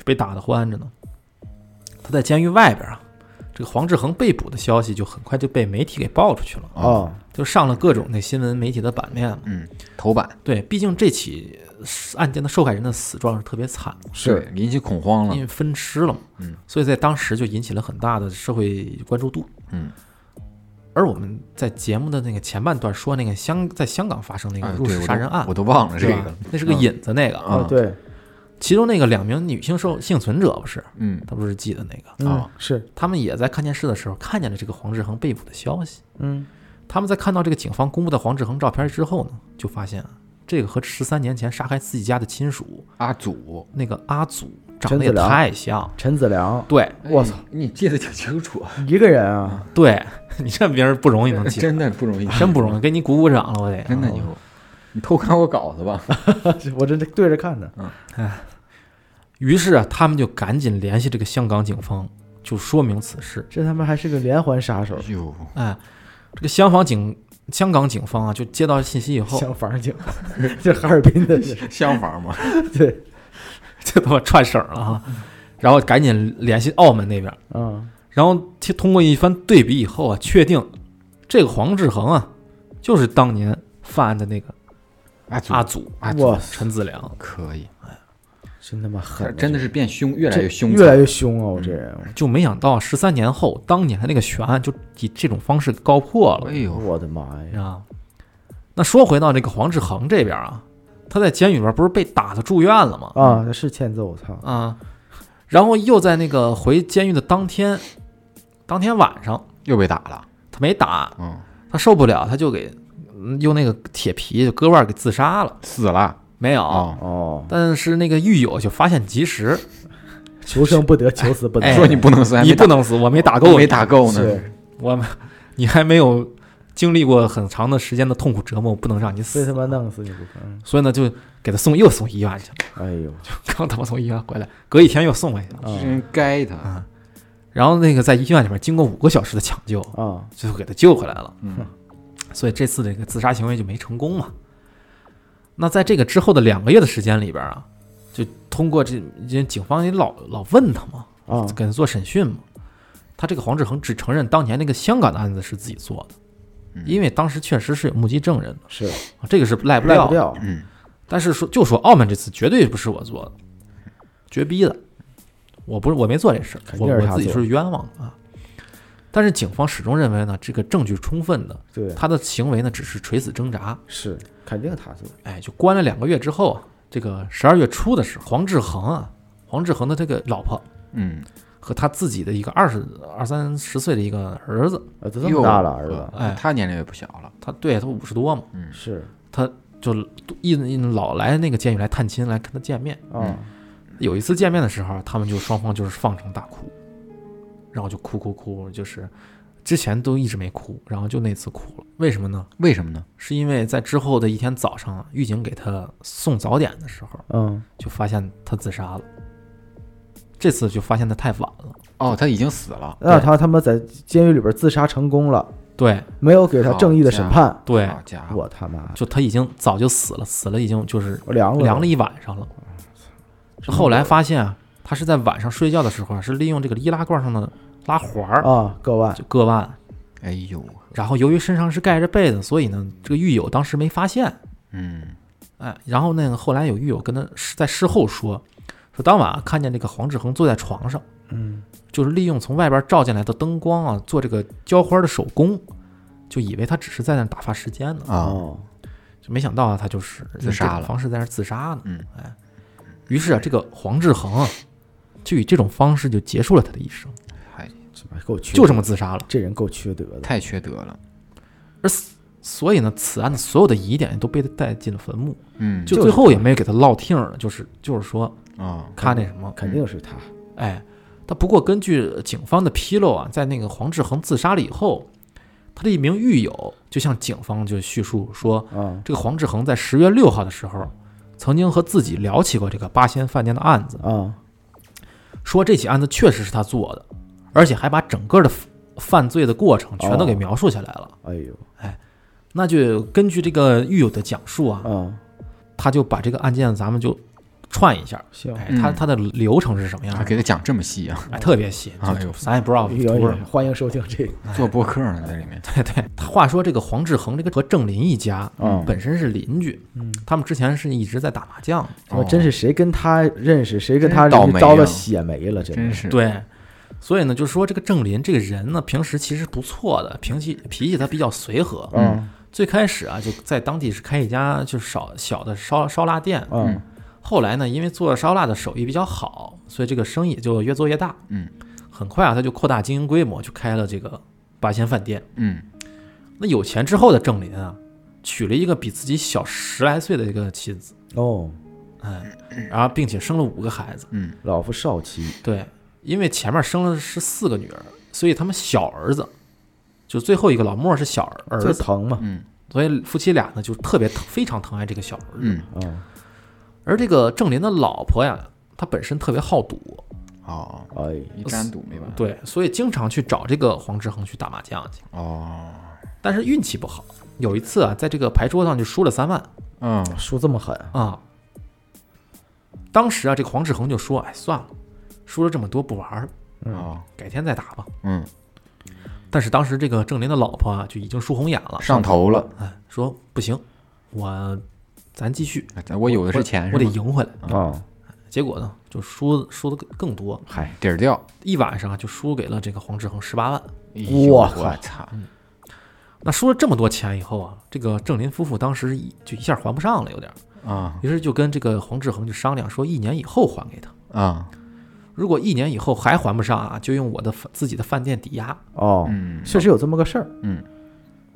Speaker 1: 被打的欢着呢。他在监狱外边啊，这个黄志恒被捕的消息就很快就被媒体给爆出去了，
Speaker 3: 哦，
Speaker 1: 就上了各种那新闻媒体的版面嘛。
Speaker 2: 嗯，头版
Speaker 1: 对，毕竟这起案件的受害人的死状是特别惨的，
Speaker 3: 是
Speaker 2: 对引起恐慌
Speaker 1: 因
Speaker 2: 了，
Speaker 1: 为分尸了嘛，
Speaker 2: 嗯，
Speaker 1: 所以在当时就引起了很大的社会关注度。
Speaker 2: 嗯，
Speaker 1: 而我们在节目的那个前半段说那个香在香港发生那个
Speaker 2: 哎
Speaker 1: 入
Speaker 2: 对
Speaker 1: 室
Speaker 2: 我
Speaker 1: 杀
Speaker 2: 都
Speaker 1: 人案
Speaker 2: 我，都忘了这
Speaker 1: 对吧
Speaker 2: 个了。
Speaker 1: 那是个
Speaker 2: 嗯
Speaker 1: 引子那个，
Speaker 2: 啊
Speaker 3: 哦，对，
Speaker 1: 其中那个两名女性受幸存者不是，
Speaker 2: 嗯，
Speaker 1: 他不是记得那个，
Speaker 3: 嗯
Speaker 2: 啊，
Speaker 3: 是，
Speaker 1: 他们也在看电视的时候看见了这个黄志恒被捕的消息，
Speaker 3: 嗯，
Speaker 1: 他们在看到这个警方公布的黄志恒照片之后呢，就发现啊这个和十三年前杀害自己家的亲属
Speaker 2: 阿祖，
Speaker 1: 那个阿祖长得也
Speaker 3: 陈子良
Speaker 1: 太像。
Speaker 3: 陈子良
Speaker 1: 对
Speaker 3: 我操
Speaker 2: 哎，你记得挺清楚，
Speaker 3: 一个人啊，
Speaker 1: 对，你这名儿不容易能记，
Speaker 2: 真的不容易，
Speaker 1: 真不容易，给哦你鼓鼓掌了，我得
Speaker 2: 真的牛。你偷看我稿子吧，
Speaker 3: 我这对着看着，
Speaker 1: 于是啊，他们就赶紧联系这个香港警方，就说明此事。
Speaker 3: 这他妈还是个连环杀手，
Speaker 2: 哟，
Speaker 1: 哎，这个香港警香港警方啊，就接到信息以后，
Speaker 3: 像房 警，这哈尔滨 的，
Speaker 2: 相反嘛，
Speaker 3: 对，
Speaker 1: 就他妈串省了哈，
Speaker 2: 嗯
Speaker 1: 然后赶紧联系澳门那边，
Speaker 3: 嗯，
Speaker 1: 然后去通过一番对比以后啊，确定这个黄志恒啊，就是当年犯案的那个
Speaker 2: 阿祖
Speaker 1: 阿祖
Speaker 2: 阿祖
Speaker 3: 啊哇，
Speaker 1: 陈子良。
Speaker 2: 可以，
Speaker 3: 真他妈
Speaker 2: 他
Speaker 3: 狠，
Speaker 2: 真的是变凶，越来越凶，
Speaker 3: 越来越凶啊！我这人，
Speaker 1: 就没想到十三年后，当年的那个悬案就以这种方式告破了
Speaker 2: 哎。呦，
Speaker 3: 我的妈呀！
Speaker 1: 啊。那说回到这个黄志恒这边啊，他在监狱里边不是被打的住院了吗？
Speaker 2: 哎
Speaker 3: 啊，那是欠揍，我操！
Speaker 1: 啊，然后又在那个回监狱的当天，当天晚上
Speaker 2: 又被打了，
Speaker 1: 他没打，
Speaker 2: 嗯，
Speaker 1: 他受不了，他就给嗯用那个铁皮就割腕给自杀了。
Speaker 2: 死了
Speaker 1: 没有，
Speaker 2: 啊，
Speaker 3: 哦，
Speaker 1: 但是那个狱友就发现及时，
Speaker 3: 求生不得，求死不
Speaker 1: 哎
Speaker 3: 能。
Speaker 2: 说你不能死，还没
Speaker 1: 你不能死，我没打够
Speaker 2: 没
Speaker 1: 你，
Speaker 2: 打够呢，
Speaker 3: 是，
Speaker 1: 我你还没有经历过很长的时间的痛苦折磨，我不能让你
Speaker 3: 被
Speaker 1: 死
Speaker 3: 他。妈弄死你不可能！
Speaker 1: 所以呢，就给他送又送医院去了，
Speaker 3: 哎呦，
Speaker 1: 刚他妈从医院回来，隔一天又送回去了。
Speaker 3: 啊
Speaker 2: 真该他，
Speaker 1: 啊，然后那个在医院里面经过五个小时的抢救，
Speaker 3: 啊，
Speaker 1: 最后给他救回来了。
Speaker 2: 嗯，
Speaker 1: 所以这次这个自杀行为就没成功嘛。那在这个之后的两个月的时间里边啊，就通过这，因为警方也老老问他嘛，
Speaker 3: 啊
Speaker 1: 给他做审讯嘛。他这个黄志恒只承认当年那个香港的案子是自己做的，
Speaker 2: 嗯
Speaker 1: 因为当时确实是有目击证人的，
Speaker 3: 是
Speaker 1: 啊这个是赖不
Speaker 3: 赖
Speaker 1: 了
Speaker 3: 不
Speaker 1: 的。
Speaker 3: 掉，
Speaker 2: 嗯，
Speaker 1: 但是说就说澳门这次绝对不是我做的，绝逼的，我不是我没做这事儿，
Speaker 3: 肯
Speaker 1: 我
Speaker 3: 定是
Speaker 1: 我
Speaker 3: 他
Speaker 1: 自己
Speaker 3: 做
Speaker 1: 是冤枉的啊。但是警方始终认为呢，这个证据充分的，
Speaker 3: 对，
Speaker 2: 嗯
Speaker 1: 他的行为呢只是垂死挣扎。
Speaker 3: 是肯定他做的，
Speaker 1: 哎，就关了两个月之后啊，这个十二月初的时候，黄志恒啊，黄志恒的这个老婆
Speaker 2: 嗯，
Speaker 1: 和他自己的一个二十二三十岁的一个儿子，
Speaker 3: 啊，都这么大了，儿子，
Speaker 1: 哎
Speaker 2: 他年龄也不小了，
Speaker 1: 他对他五十多嘛，
Speaker 3: 是
Speaker 1: 就一一老来那个监狱来探亲，来跟他见面。
Speaker 2: 嗯
Speaker 3: 啊，
Speaker 1: 有一次见面的时候，他们就双方就是放声大哭，然后就哭哭哭，就是之前都一直没哭，然后就那次哭了。为什么呢？
Speaker 2: 为什么呢？
Speaker 1: 是因为在之后的一天早上，狱警给他送早点的时候，
Speaker 3: 嗯，
Speaker 1: 就发现他自杀了。这次就发现的太晚了，
Speaker 2: 哦，他已经死了，
Speaker 3: 那他他妈在监狱里边自杀成功了，
Speaker 1: 对
Speaker 3: 没有给他正义的审判，
Speaker 1: 对，
Speaker 2: 好家伙，
Speaker 3: 我他妈
Speaker 1: 就他已经早就死了，死了已经就是
Speaker 3: 我凉了，
Speaker 1: 凉了，一晚上了。后来发现啊，他是在晚上睡觉的时候啊，是利用这个易拉罐上的拉环儿
Speaker 3: 啊，各位，
Speaker 1: 就割腕，
Speaker 2: 哎呦，
Speaker 1: 然后由于身上是盖着被子，所以呢，这个狱友当时没发现。
Speaker 2: 嗯，
Speaker 1: 哎，然后那个后来有狱友跟他事在事后说，说当晚啊看见这个黄志恒坐在床上，
Speaker 3: 嗯，
Speaker 1: 就是利用从外边照进来的灯光啊，做这个浇花的手工，就以为他只是在那儿打发时间呢，
Speaker 2: 啊，
Speaker 3: 哦，
Speaker 1: 就没想到啊，他就是用
Speaker 2: 自杀
Speaker 1: 这种
Speaker 2: 了
Speaker 1: 方式在那儿自杀呢。
Speaker 2: 嗯，
Speaker 1: 哎，于是啊，这个黄志恒啊，就以这种方式就结束了他的一生，
Speaker 2: 哎，
Speaker 3: 这妈够缺，
Speaker 1: 就这么自杀了。
Speaker 3: 这人够缺德的，
Speaker 2: 太缺德了，
Speaker 1: 所以呢，此案的所有的疑点都被他带进了坟墓。
Speaker 2: 嗯，
Speaker 1: 就
Speaker 3: 就是
Speaker 1: 最后也没给他落听儿，就是就是说
Speaker 2: 啊，
Speaker 1: 他那什么，
Speaker 3: 肯定是他，
Speaker 1: 哎，他不过根据警方的披露啊，在那个黄志恒自杀了以后，他的一名狱友就向警方就叙述说，
Speaker 2: 嗯
Speaker 3: 啊
Speaker 1: 这个黄志恒在十月六号的时候，曾经和自己聊起过这个八仙饭店的案子，
Speaker 3: 啊，
Speaker 1: 说这起案子确实是他做的，而且还把整个的犯罪的过程全都给
Speaker 3: 哦
Speaker 1: 描述下来了。
Speaker 3: 哎呦，
Speaker 1: 那就根据这个狱友的讲述啊，
Speaker 3: 啊，
Speaker 1: 他就把这个案件咱们就串一下。
Speaker 3: 行，
Speaker 1: 哎，
Speaker 2: 嗯
Speaker 1: 他他的流程是什么样
Speaker 2: 还
Speaker 1: 的？
Speaker 2: 给他讲这么细啊，
Speaker 1: 哎，特别细，
Speaker 2: 哎
Speaker 1: 就
Speaker 2: 呦
Speaker 1: 咱也不知道
Speaker 3: 有
Speaker 1: 多少。
Speaker 3: 欢迎收听这个，
Speaker 2: 啊做播客呢，在里面，
Speaker 1: 对对，他话说这个黄志恒这个和郑林一家
Speaker 3: 嗯
Speaker 1: 本身是邻居，
Speaker 3: 嗯，哦
Speaker 1: 他们之前是一直在打麻将的，
Speaker 3: 他妈真是谁跟他认识，谁跟他
Speaker 2: 哦真倒
Speaker 3: 认识
Speaker 2: 霉
Speaker 3: 遭了
Speaker 2: 啊
Speaker 3: 血霉了，
Speaker 2: 真
Speaker 3: 的
Speaker 2: 是，
Speaker 1: 哦对，所以呢，就说这个郑林这个人呢，平时其实不错的，平气脾气他比较随和。
Speaker 3: 嗯
Speaker 1: 最开始啊，就在当地是开一家就是小小的烧烧腊店，
Speaker 3: 嗯
Speaker 1: 后来呢，因为做烧腊的手艺比较好，所以这个生意就越做越大。
Speaker 2: 嗯
Speaker 1: 很快啊，他就扩大经营规模，就开了这个八仙饭店。
Speaker 2: 嗯
Speaker 1: 那有钱之后的郑林啊，娶了一个比自己小十来岁的一个妻子，
Speaker 3: 哦，
Speaker 1: 哎，然后并且生了五个孩子。
Speaker 2: 嗯，
Speaker 3: 老夫少妻，
Speaker 1: 对，因为前面生了是四个女儿，所以他们小儿子，就最后一个老莫是小儿
Speaker 3: 就
Speaker 1: 子，
Speaker 3: 疼嘛，
Speaker 2: 嗯
Speaker 1: 所以夫妻俩呢就特别疼非常疼爱这个小儿子。
Speaker 2: 嗯，
Speaker 3: 啊，
Speaker 1: 而这个郑林的老婆呀，她本身特别好赌，
Speaker 2: 哦，
Speaker 3: 哎，
Speaker 2: 一沾赌没完。
Speaker 1: 对，所以经常去找这个黄志恒去打麻将去，
Speaker 2: 哦，
Speaker 1: 但是运气不好。有一次啊，在这个牌桌上就输了三万
Speaker 2: 嗯，
Speaker 3: 输这么狠，
Speaker 1: 啊。当时啊，这个黄志恒就说：“哎，算了，输了这么多不玩了，
Speaker 2: 哦，
Speaker 1: 改天再打吧。
Speaker 2: 嗯，”
Speaker 1: 但是当时这个郑林的老婆啊，就已经输红眼了，
Speaker 2: 上头了，
Speaker 1: 哎，说不行，我咱继续，
Speaker 2: 哎我有的是钱，
Speaker 1: 我得
Speaker 2: 是吗
Speaker 1: 赢回来。
Speaker 2: 嗯
Speaker 3: 啊，
Speaker 1: 结果呢，就输输的更多，
Speaker 2: 嗨底儿掉。
Speaker 1: 一晚上啊就输给了这个黄志恒十八万。
Speaker 2: 哎呦
Speaker 3: 哇
Speaker 2: 我操！
Speaker 1: 那输了这么多钱以后啊，这个郑林夫妇当时一就一下还不上了，有点儿，
Speaker 2: 啊
Speaker 1: 于是就跟这个黄志恒就商量说，一年以后还给他。
Speaker 2: 啊，
Speaker 1: 如果一年以后还还不上啊，就用我的自己的饭店抵押，
Speaker 3: 哦，
Speaker 2: 嗯，
Speaker 3: 确实有这么个事儿
Speaker 2: 嗯，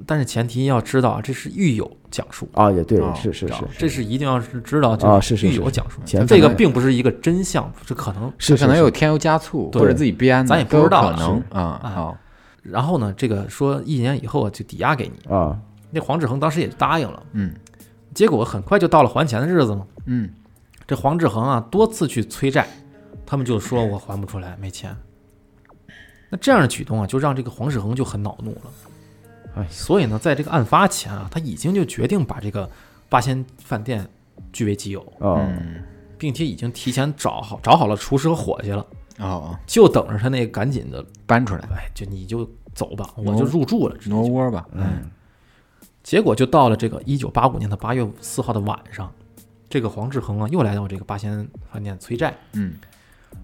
Speaker 1: 但是前提要知道啊，这是狱友讲述，
Speaker 3: 啊，也对
Speaker 2: 哦，
Speaker 3: 是是
Speaker 1: 知道
Speaker 3: 是
Speaker 1: 吗，这是一定要是知道这
Speaker 3: 啊是是
Speaker 1: 狱
Speaker 3: 是
Speaker 1: 友讲述，
Speaker 3: 钱
Speaker 1: 这
Speaker 3: 可
Speaker 1: 个
Speaker 3: 能
Speaker 1: 并不是一个真相，这可能
Speaker 3: 是
Speaker 2: 可能有添油加醋，
Speaker 1: 对
Speaker 2: 或者自己编的，
Speaker 1: 咱也不
Speaker 2: 都有
Speaker 1: 知道
Speaker 2: 可
Speaker 1: 啊
Speaker 2: 能
Speaker 1: 是
Speaker 2: 啊。
Speaker 1: 哎
Speaker 2: 好，
Speaker 1: 然后呢，这个说一年以后啊就抵押给你。
Speaker 3: 啊，
Speaker 1: 那黄志恒当时也答应了，
Speaker 2: 嗯
Speaker 1: 结果很快就到了还钱的日子嘛。
Speaker 2: 嗯，
Speaker 1: 这黄志恒啊多次去催债，他们就说我还不出来，没钱。那这样的举动啊，就让这个黄志恒就很恼怒了。
Speaker 3: 哎
Speaker 1: 所以呢，在这个案发前啊，他已经就决定把这个八仙饭店据为己有，
Speaker 3: 啊，
Speaker 2: 嗯
Speaker 1: 并且已经提前找好找好了厨师和伙计了，
Speaker 2: 哦，
Speaker 1: 就等着他那赶紧的，
Speaker 2: 搬出来
Speaker 1: 哎，就你就走吧，我
Speaker 2: 哦
Speaker 1: 就入住了。直接
Speaker 2: 挪窝吧。
Speaker 3: 嗯，
Speaker 1: 结果就到了这个一九八五年的八月四号的晚上，这个黄志恒啊又来到这个八仙饭店催债。
Speaker 2: 嗯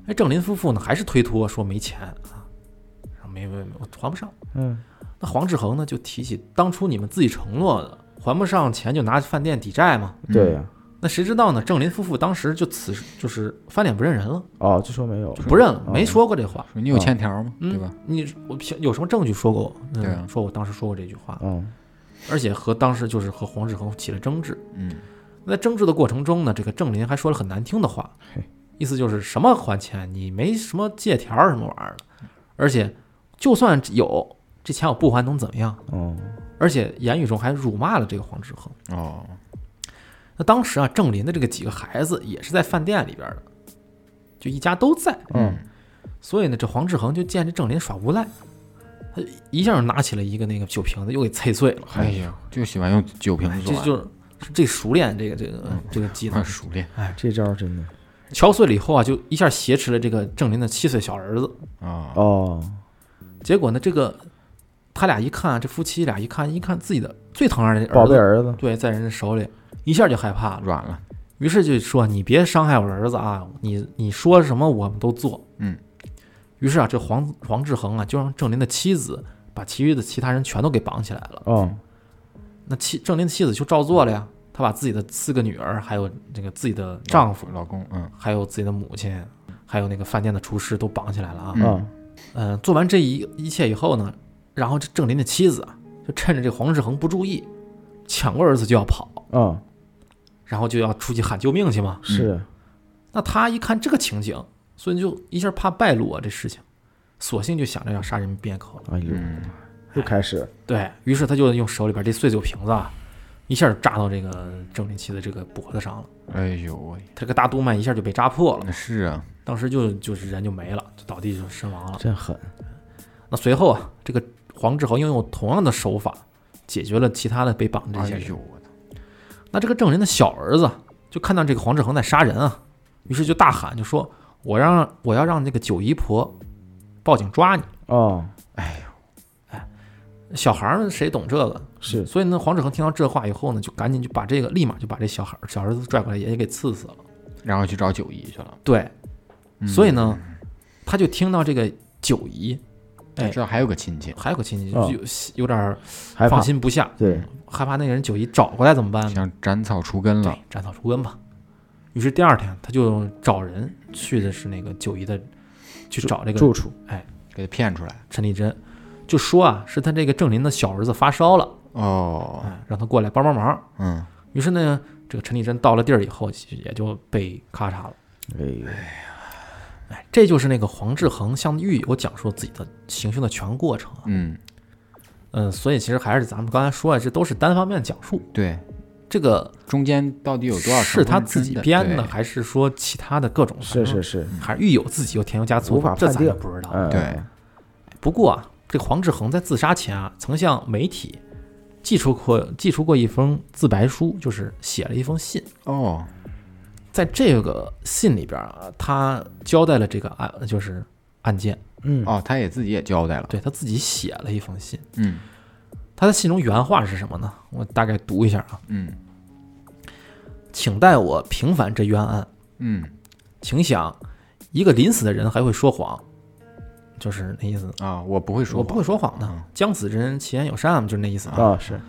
Speaker 1: 哎，郑林夫妇呢还是推脱说没钱啊，没没没，我还不上。
Speaker 3: 嗯，
Speaker 1: 那黄志恒呢就提起当初你们自己承诺的，还不上钱就拿饭店抵债嘛。
Speaker 3: 对
Speaker 2: 嗯
Speaker 3: 呀，
Speaker 1: 那谁知道呢？郑林夫妇当时就此就是翻脸不认人了，
Speaker 3: 哦，就说没有
Speaker 1: 就，不认了，
Speaker 2: 哦
Speaker 1: 没说过这话，
Speaker 2: 说你有欠条吗？
Speaker 1: 嗯
Speaker 2: 对吧？？
Speaker 1: 你我凭有什么证据说过我？嗯
Speaker 2: 对啊
Speaker 1: 说我当时说过这句话，
Speaker 3: 嗯，
Speaker 1: 而且和当时就是和黄志恒起了争执。
Speaker 2: 嗯
Speaker 1: 那在争执的过程中呢，这个郑林还说了很难听的话
Speaker 3: 嘿，
Speaker 1: 意思就是什么还钱，你没什么借条儿什么玩意儿的，而且就算有这钱我不还能怎么样？
Speaker 3: 哦，
Speaker 1: 而且言语中还辱骂了这个黄志恒。
Speaker 2: 哦，
Speaker 1: 那当时啊，郑林的这个几个孩子也是在饭店里边的，就一家都在，
Speaker 2: 嗯
Speaker 1: 所以呢，这黄志恒就见这郑林耍无赖，他一下就拿起了一个那个酒瓶子，又给踩碎了。
Speaker 2: 哎呦，就喜欢用酒瓶
Speaker 1: 哎
Speaker 2: 子
Speaker 1: 这
Speaker 2: 做
Speaker 1: 就是这熟练这个这个这个技
Speaker 2: 爱，
Speaker 1: 能
Speaker 2: 啊， 熟练
Speaker 3: 这招真的，
Speaker 1: 敲碎了以后啊，就一下挟持了这个郑林的七岁小儿子。
Speaker 2: 啊。
Speaker 3: 哦，
Speaker 1: 结果呢，这个他俩一看，这夫妻俩一看，一看自己的最疼爱的
Speaker 3: 宝
Speaker 1: 儿
Speaker 3: 贝
Speaker 1: 子，
Speaker 3: 儿子，
Speaker 1: 对，在人家手里，一下就害怕了，
Speaker 2: 软了，
Speaker 1: 于是就说：“你别伤害我儿子啊！你你说什么我们都做。”
Speaker 2: 嗯。
Speaker 1: 于是啊，这黄黄志恒啊，就让郑林的妻子把其余的其他人全都给绑起来了。
Speaker 3: 哦，
Speaker 1: 那妻郑林的妻子就照做了呀，她把自己的四个女儿，还有这个自己的丈夫，
Speaker 2: 老公，嗯
Speaker 1: 还有自己的母亲，还有那个饭店的厨师都绑起来了啊。
Speaker 2: 嗯
Speaker 3: 啊，
Speaker 1: 嗯、做完这一一切以后呢，然后这郑林的妻子啊，就趁着这黄志恒不注意，抢过儿子就要跑，
Speaker 3: 啊，
Speaker 1: 然后就要出去喊救命去嘛。
Speaker 3: 是，
Speaker 1: 那他一看这个情景，所以就一下怕败露啊这事情，索性就想着要杀人灭口了。
Speaker 3: 哎呦，
Speaker 2: 嗯，
Speaker 3: 又开始，
Speaker 1: 对于是，他就用手里边这碎酒瓶子啊，一下扎到这个郑林奇的这个脖子上了。
Speaker 2: 哎呦喂，
Speaker 1: 他这个大动脉一下就被扎破了，
Speaker 2: 那是啊，
Speaker 1: 当时就就是人就没了，就倒地就身亡了。
Speaker 3: 真狠，
Speaker 1: 那随后啊，这个黄志恒又用同样的手法解决了其他的被绑的这
Speaker 2: 哎
Speaker 1: 些人。
Speaker 2: 呦我操，
Speaker 1: 那这个证人的小儿子就看到这个黄志恒在杀人啊，于是就大喊，就说：“我让我要让那个九姨婆报警抓你。”
Speaker 3: 哦，
Speaker 1: 小孩儿们谁懂这个？
Speaker 3: 是，
Speaker 1: 所以呢，黄志恒听到这话以后呢，就赶紧就把这个立马就把这小孩儿小儿子拽过来，也给刺死了。
Speaker 2: 然后去找九姨去了，
Speaker 1: 对，
Speaker 2: 嗯
Speaker 1: 所以呢，他就听到这个九姨哎
Speaker 2: 知道还有个亲戚，
Speaker 1: 还有个亲戚，
Speaker 3: 哦
Speaker 1: 就有有点儿
Speaker 3: 害怕
Speaker 1: 放，心嗯不下，
Speaker 3: 对，
Speaker 1: 害怕那个人九姨找过来怎么办呢？
Speaker 2: 想斩草除
Speaker 3: 嗯
Speaker 2: 根了
Speaker 1: 对，，斩草除根吧。于是第二天，他就找人去的是那个九姨的，去找这个
Speaker 3: 住处，
Speaker 2: 给他骗出来，
Speaker 1: 陈丽珍。就说啊，是他这个郑林的小儿子发烧了，
Speaker 2: 哦，
Speaker 1: 哎，让他过来帮帮忙。
Speaker 2: 嗯，
Speaker 1: 于是呢，这个陈丽珍到了地儿以后，也就被咔嚓了。
Speaker 3: 哎呦，
Speaker 1: 哎，这就是那个黄志恒向狱友讲述自己的行凶的全过程啊。
Speaker 2: 嗯，
Speaker 1: 嗯，所以其实还是咱们刚才说啊，这都是单方面讲述。
Speaker 2: 对，
Speaker 1: 这个
Speaker 2: 中间到底有多少
Speaker 1: 是
Speaker 2: 成
Speaker 1: 他
Speaker 2: 分
Speaker 1: 自己
Speaker 2: 真
Speaker 1: 编的，
Speaker 2: 的？
Speaker 1: 还是说其他的各种？
Speaker 3: 是是，是，
Speaker 1: 还是狱友自己又添油加醋，
Speaker 3: 无法
Speaker 1: 这咱
Speaker 3: 判
Speaker 1: 就
Speaker 3: 定
Speaker 1: 不知道。
Speaker 3: 嗯，
Speaker 2: 对，对，
Speaker 1: 不过啊，这个黄志恒在自杀前啊，曾向媒体寄出过寄出过一封自白书，就是写了一封信。
Speaker 2: 哦，
Speaker 1: 在这个信里边啊，他交代了这个案，就是案件，
Speaker 3: 嗯，
Speaker 2: 哦，他也自己也交代了，
Speaker 1: 对他自己写了一封信。
Speaker 2: 嗯
Speaker 1: 他的信中原话是什么呢？我大概读一下啊，
Speaker 2: 嗯
Speaker 1: 请代我平反这冤案，
Speaker 2: 嗯，
Speaker 1: 请想，一个临死的人还会说谎，就是那意思。
Speaker 2: 啊，我不会说
Speaker 1: 我不
Speaker 2: 谎，
Speaker 1: 会说谎的
Speaker 2: 嗯，
Speaker 1: 将死之人其言有善嘛，就是那意思啊。
Speaker 3: 啊是，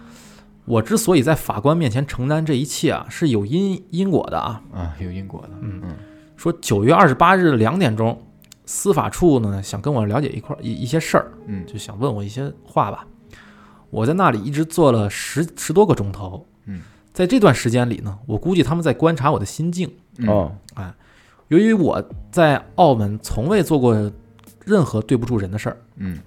Speaker 1: 我之所以在法官面前承担这一切啊，是有因因果的啊。
Speaker 2: 啊，有因果的，
Speaker 1: 嗯
Speaker 2: 嗯
Speaker 1: 说九月二十八日两点钟，司法处呢想跟我了解一块一一些事儿，
Speaker 2: 嗯
Speaker 1: 就想问我一些话吧。我在那里一直坐了十十多个钟头，
Speaker 2: 嗯，
Speaker 1: 在这段时间里呢，我估计他们在观察我的心境。
Speaker 2: 嗯，
Speaker 3: 哦，
Speaker 1: 由于我在澳门从未做过任何对不住人的事儿，
Speaker 2: 嗯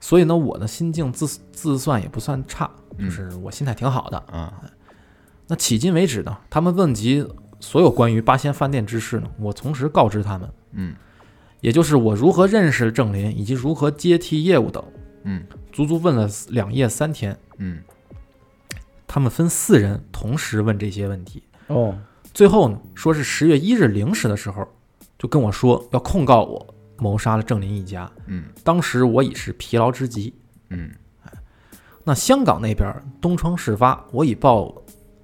Speaker 1: 所以呢，我的心境自自算也不算差，
Speaker 2: 嗯
Speaker 1: 就是我心态挺好的。
Speaker 2: 啊，
Speaker 1: 那迄今为止呢，他们问及所有关于八仙饭店之事呢，我从实告知他们，
Speaker 2: 嗯
Speaker 1: 也就是我如何认识郑林以及如何接替业务等，
Speaker 2: 嗯
Speaker 1: 足足问了两夜三天。
Speaker 2: 嗯
Speaker 1: 他们分四人同时问这些问题，
Speaker 3: 哦，
Speaker 1: 最后呢，说是十月一日零时的时候，就跟我说要控告我谋杀了郑林一家。
Speaker 2: 嗯
Speaker 1: 当时我已是疲劳之极。
Speaker 2: 嗯
Speaker 1: 那香港那边东窗事发，我已报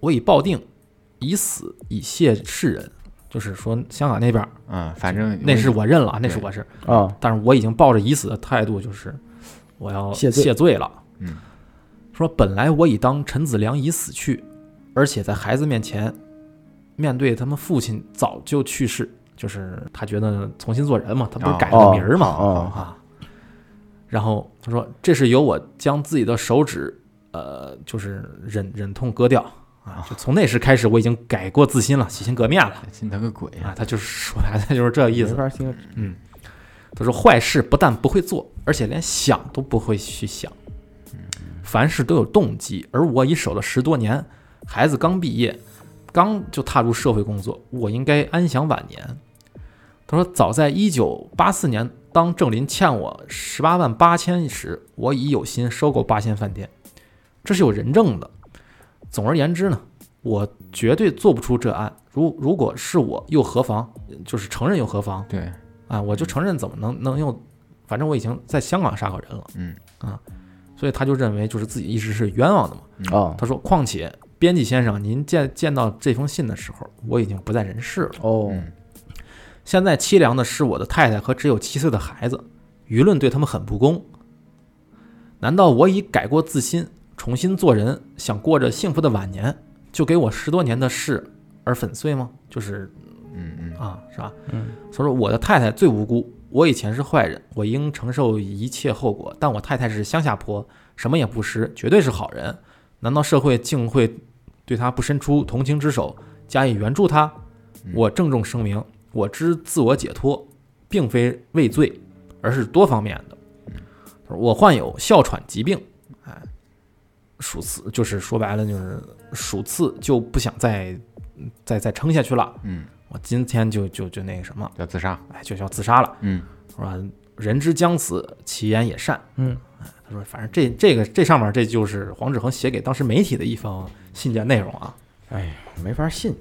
Speaker 1: 我已报定，以死以谢世人。就是说，香港那边
Speaker 2: 啊，反正
Speaker 1: 那是我认了，那
Speaker 2: 对
Speaker 1: 是我是，
Speaker 3: 啊，
Speaker 1: 但是我已经抱着已死的态度，就是我要
Speaker 3: 谢罪
Speaker 1: 谢罪了。
Speaker 2: 嗯，
Speaker 1: 说本来我已当陈子良已死去，而且在孩子面前，面对他们父亲早就去世，就是他觉得重新做人嘛，他不是
Speaker 2: 哦
Speaker 1: 改了名儿嘛、
Speaker 3: 啊哦
Speaker 1: 啊。然后他说，这是由我将自己的手指，呃，就是忍忍痛割掉啊。就从那时开始，我已经改过自新了，洗心革面了
Speaker 2: 心疼个鬼
Speaker 1: 啊。他就是说白了他就是这意思
Speaker 3: 没。法听，
Speaker 1: 他说坏事不但不会做，而且连想都不会去想。嗯凡事都有动机，而我已守了十多年，孩子刚毕业，刚就踏入社会工作，我应该安享晚年。他说，早在一九八四年，当郑林欠我十八万八千时，我已有心收购八仙饭店，这是有人证的。总而言之呢，我绝对做不出这案。如如果是我，又何妨？就是承认又何妨？
Speaker 2: 对，
Speaker 1: 啊，我就承认怎么能能用，反正我已经在香港杀过人了，
Speaker 2: 嗯
Speaker 1: 啊，所以他就认为就是自己一直是冤枉的嘛。
Speaker 3: 啊，
Speaker 1: 他说，况且编辑先生，您见见到这封信的时候，我已经不在人世了。
Speaker 3: 哦，
Speaker 2: 嗯
Speaker 1: 现在凄凉的是我的太太和只有七岁的孩子，舆论对他们很不公。难道我已改过自新，重新做人，想过着幸福的晚年，就给我十多年的事而粉碎吗？就是
Speaker 2: 嗯嗯
Speaker 1: 啊，是吧？
Speaker 3: 嗯，
Speaker 1: 所以说我的太太最无辜，我以前是坏人，我应承受一切后果，但我太太是乡下婆，什么也不识，绝对是好人。难道社会竟会对她不伸出同情之手，加以援助她？
Speaker 2: 嗯
Speaker 1: 我郑重声明，我之自我解脱，并非畏罪，而是多方面的。
Speaker 2: 嗯
Speaker 1: 他说我患有哮喘疾病，哎，数次就是说白了就是数次就不想再再再撑下去了。
Speaker 2: 嗯，
Speaker 1: 我今天就就就那个什么，
Speaker 2: 要自杀，
Speaker 1: 哎，就要自杀了，
Speaker 2: 嗯
Speaker 1: 是吧？人之将死，其言也善。
Speaker 3: 嗯
Speaker 1: 哎，他说，反正这这个这上面这就是黄志恒写给当时媒体的一封信件内容啊。
Speaker 3: 哎呀，没法信，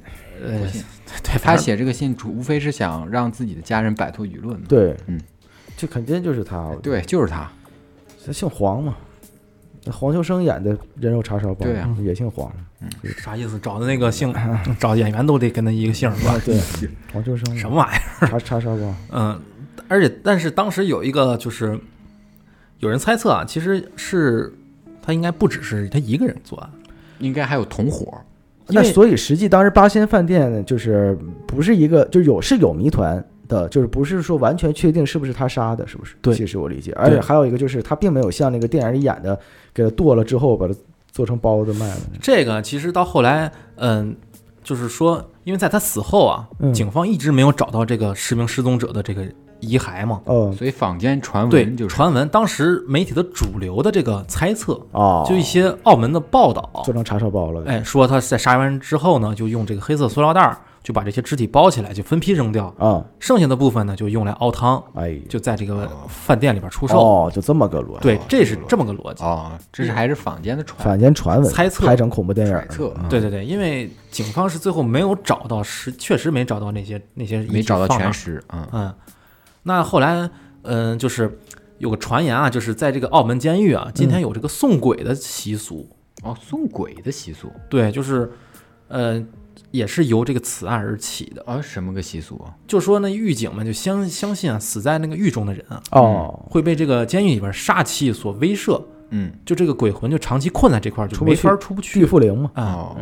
Speaker 1: 呃，
Speaker 2: 信
Speaker 1: 对，
Speaker 2: 他
Speaker 1: 反正
Speaker 2: 写这个信，主无非是想让自己的家人摆脱舆论嘛。
Speaker 3: 对，
Speaker 2: 嗯，
Speaker 3: 这肯定就是他，我觉得
Speaker 2: 对，就是他。
Speaker 3: 他姓黄嘛，那黄秋生演的《人肉叉烧包》
Speaker 2: 对啊
Speaker 3: 也姓黄
Speaker 1: 啥意思？找的那个姓，找演员都得跟他一个姓是吧？
Speaker 3: 对，黄秋生嘛
Speaker 1: 什么玩意儿？
Speaker 3: 叉叉烧包？
Speaker 1: 嗯，而且但是当时有一个就是，有人猜测啊，其实是他应该不只是他一个人作案，
Speaker 2: 应该还有同伙。
Speaker 1: 因
Speaker 3: 那
Speaker 1: 为
Speaker 3: 所以实际当时八仙饭店就是不是一个，就是有是有谜团，的，就是不是说完全确定是不是他杀的，是不是？
Speaker 1: 对
Speaker 3: 其实我理解。而且还有一个就是，他并没有像那个电影里演的，给他剁了之后把它做成包子卖了。
Speaker 1: 这个其实到后来，嗯，就是说，因为在他死后啊，
Speaker 3: 嗯
Speaker 1: 警方一直没有找到这个十名失踪者的这个遗骸嘛。
Speaker 3: 哦
Speaker 2: 所以坊间传
Speaker 1: 对
Speaker 2: 闻，就是
Speaker 1: 传闻当时媒体的主流的这个猜测，
Speaker 3: 哦，
Speaker 1: 就一些澳门的报道，
Speaker 3: 做成叉烧包了。
Speaker 1: 哎，说他在杀完之后呢，就用这个黑色塑料袋儿就把这些肢体包起来，就分批扔掉，
Speaker 3: 啊，
Speaker 1: 剩下的部分呢就用来熬汤，
Speaker 3: 哎，
Speaker 1: 就在这个饭店里边出售。
Speaker 3: 哦，就这么个逻辑，
Speaker 1: 对，这是这么个逻辑。
Speaker 2: 哦，这是还是坊间的传
Speaker 3: 坊间传闻
Speaker 1: 猜测
Speaker 3: 拍成恐怖电影
Speaker 2: 揣
Speaker 3: 了，
Speaker 2: 测，
Speaker 1: 对对对，因为警方是最后没有找到实，确实没找到那些那些遗
Speaker 2: 没
Speaker 1: 体
Speaker 2: 找到
Speaker 1: 放哪
Speaker 2: 全
Speaker 1: 儿
Speaker 2: 尸啊。
Speaker 1: 嗯，那后来，嗯、就是有个传言啊，就是在这个澳门监狱啊，今天有这个送鬼的习俗。
Speaker 2: 哦，送鬼的习俗
Speaker 1: 对，就是，呃，也是由这个此案而起的。
Speaker 2: 啊，什么个习俗啊？
Speaker 1: 就说呢，狱警们就相相信啊，死在那个狱中的人啊，
Speaker 3: 哦，
Speaker 1: 会被这个监狱里边煞气所威慑，
Speaker 2: 嗯，
Speaker 1: 就这个鬼魂就长期困在这块儿，就
Speaker 3: 出不
Speaker 1: 没
Speaker 3: 去
Speaker 1: 法出不去
Speaker 3: 巨富灵嘛，
Speaker 1: 啊。
Speaker 2: 哦，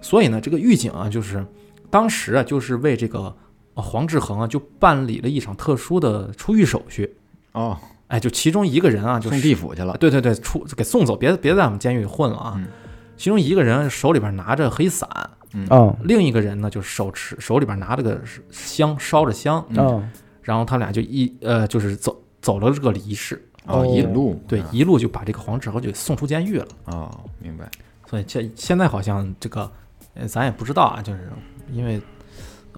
Speaker 1: 所以呢，这个狱警啊，就是当时啊，就是为这个。呃黄志恒啊，就办理了一场特殊的出狱手续。
Speaker 2: 哦，
Speaker 1: 哎，就其中一个人啊，就
Speaker 2: 送
Speaker 1: 是
Speaker 2: 地府去了。
Speaker 1: 对对对，出给送走，别别在我们监狱里混了啊！
Speaker 2: 嗯
Speaker 1: 其中一个人手里边拿着黑伞，
Speaker 2: 嗯
Speaker 3: 啊
Speaker 1: 另一个人呢就是手持手里边拿着个香，烧着香，
Speaker 2: 嗯
Speaker 3: 啊，
Speaker 1: 然后他们俩就一呃就是走走了这个仪式，
Speaker 2: 哦，
Speaker 3: 哦
Speaker 2: 引路
Speaker 1: 对，一路就把这个黄志豪就给送出监狱了。
Speaker 2: 哦，明白。
Speaker 1: 所以现现在好像这个，呃咱也不知道啊，就是因为。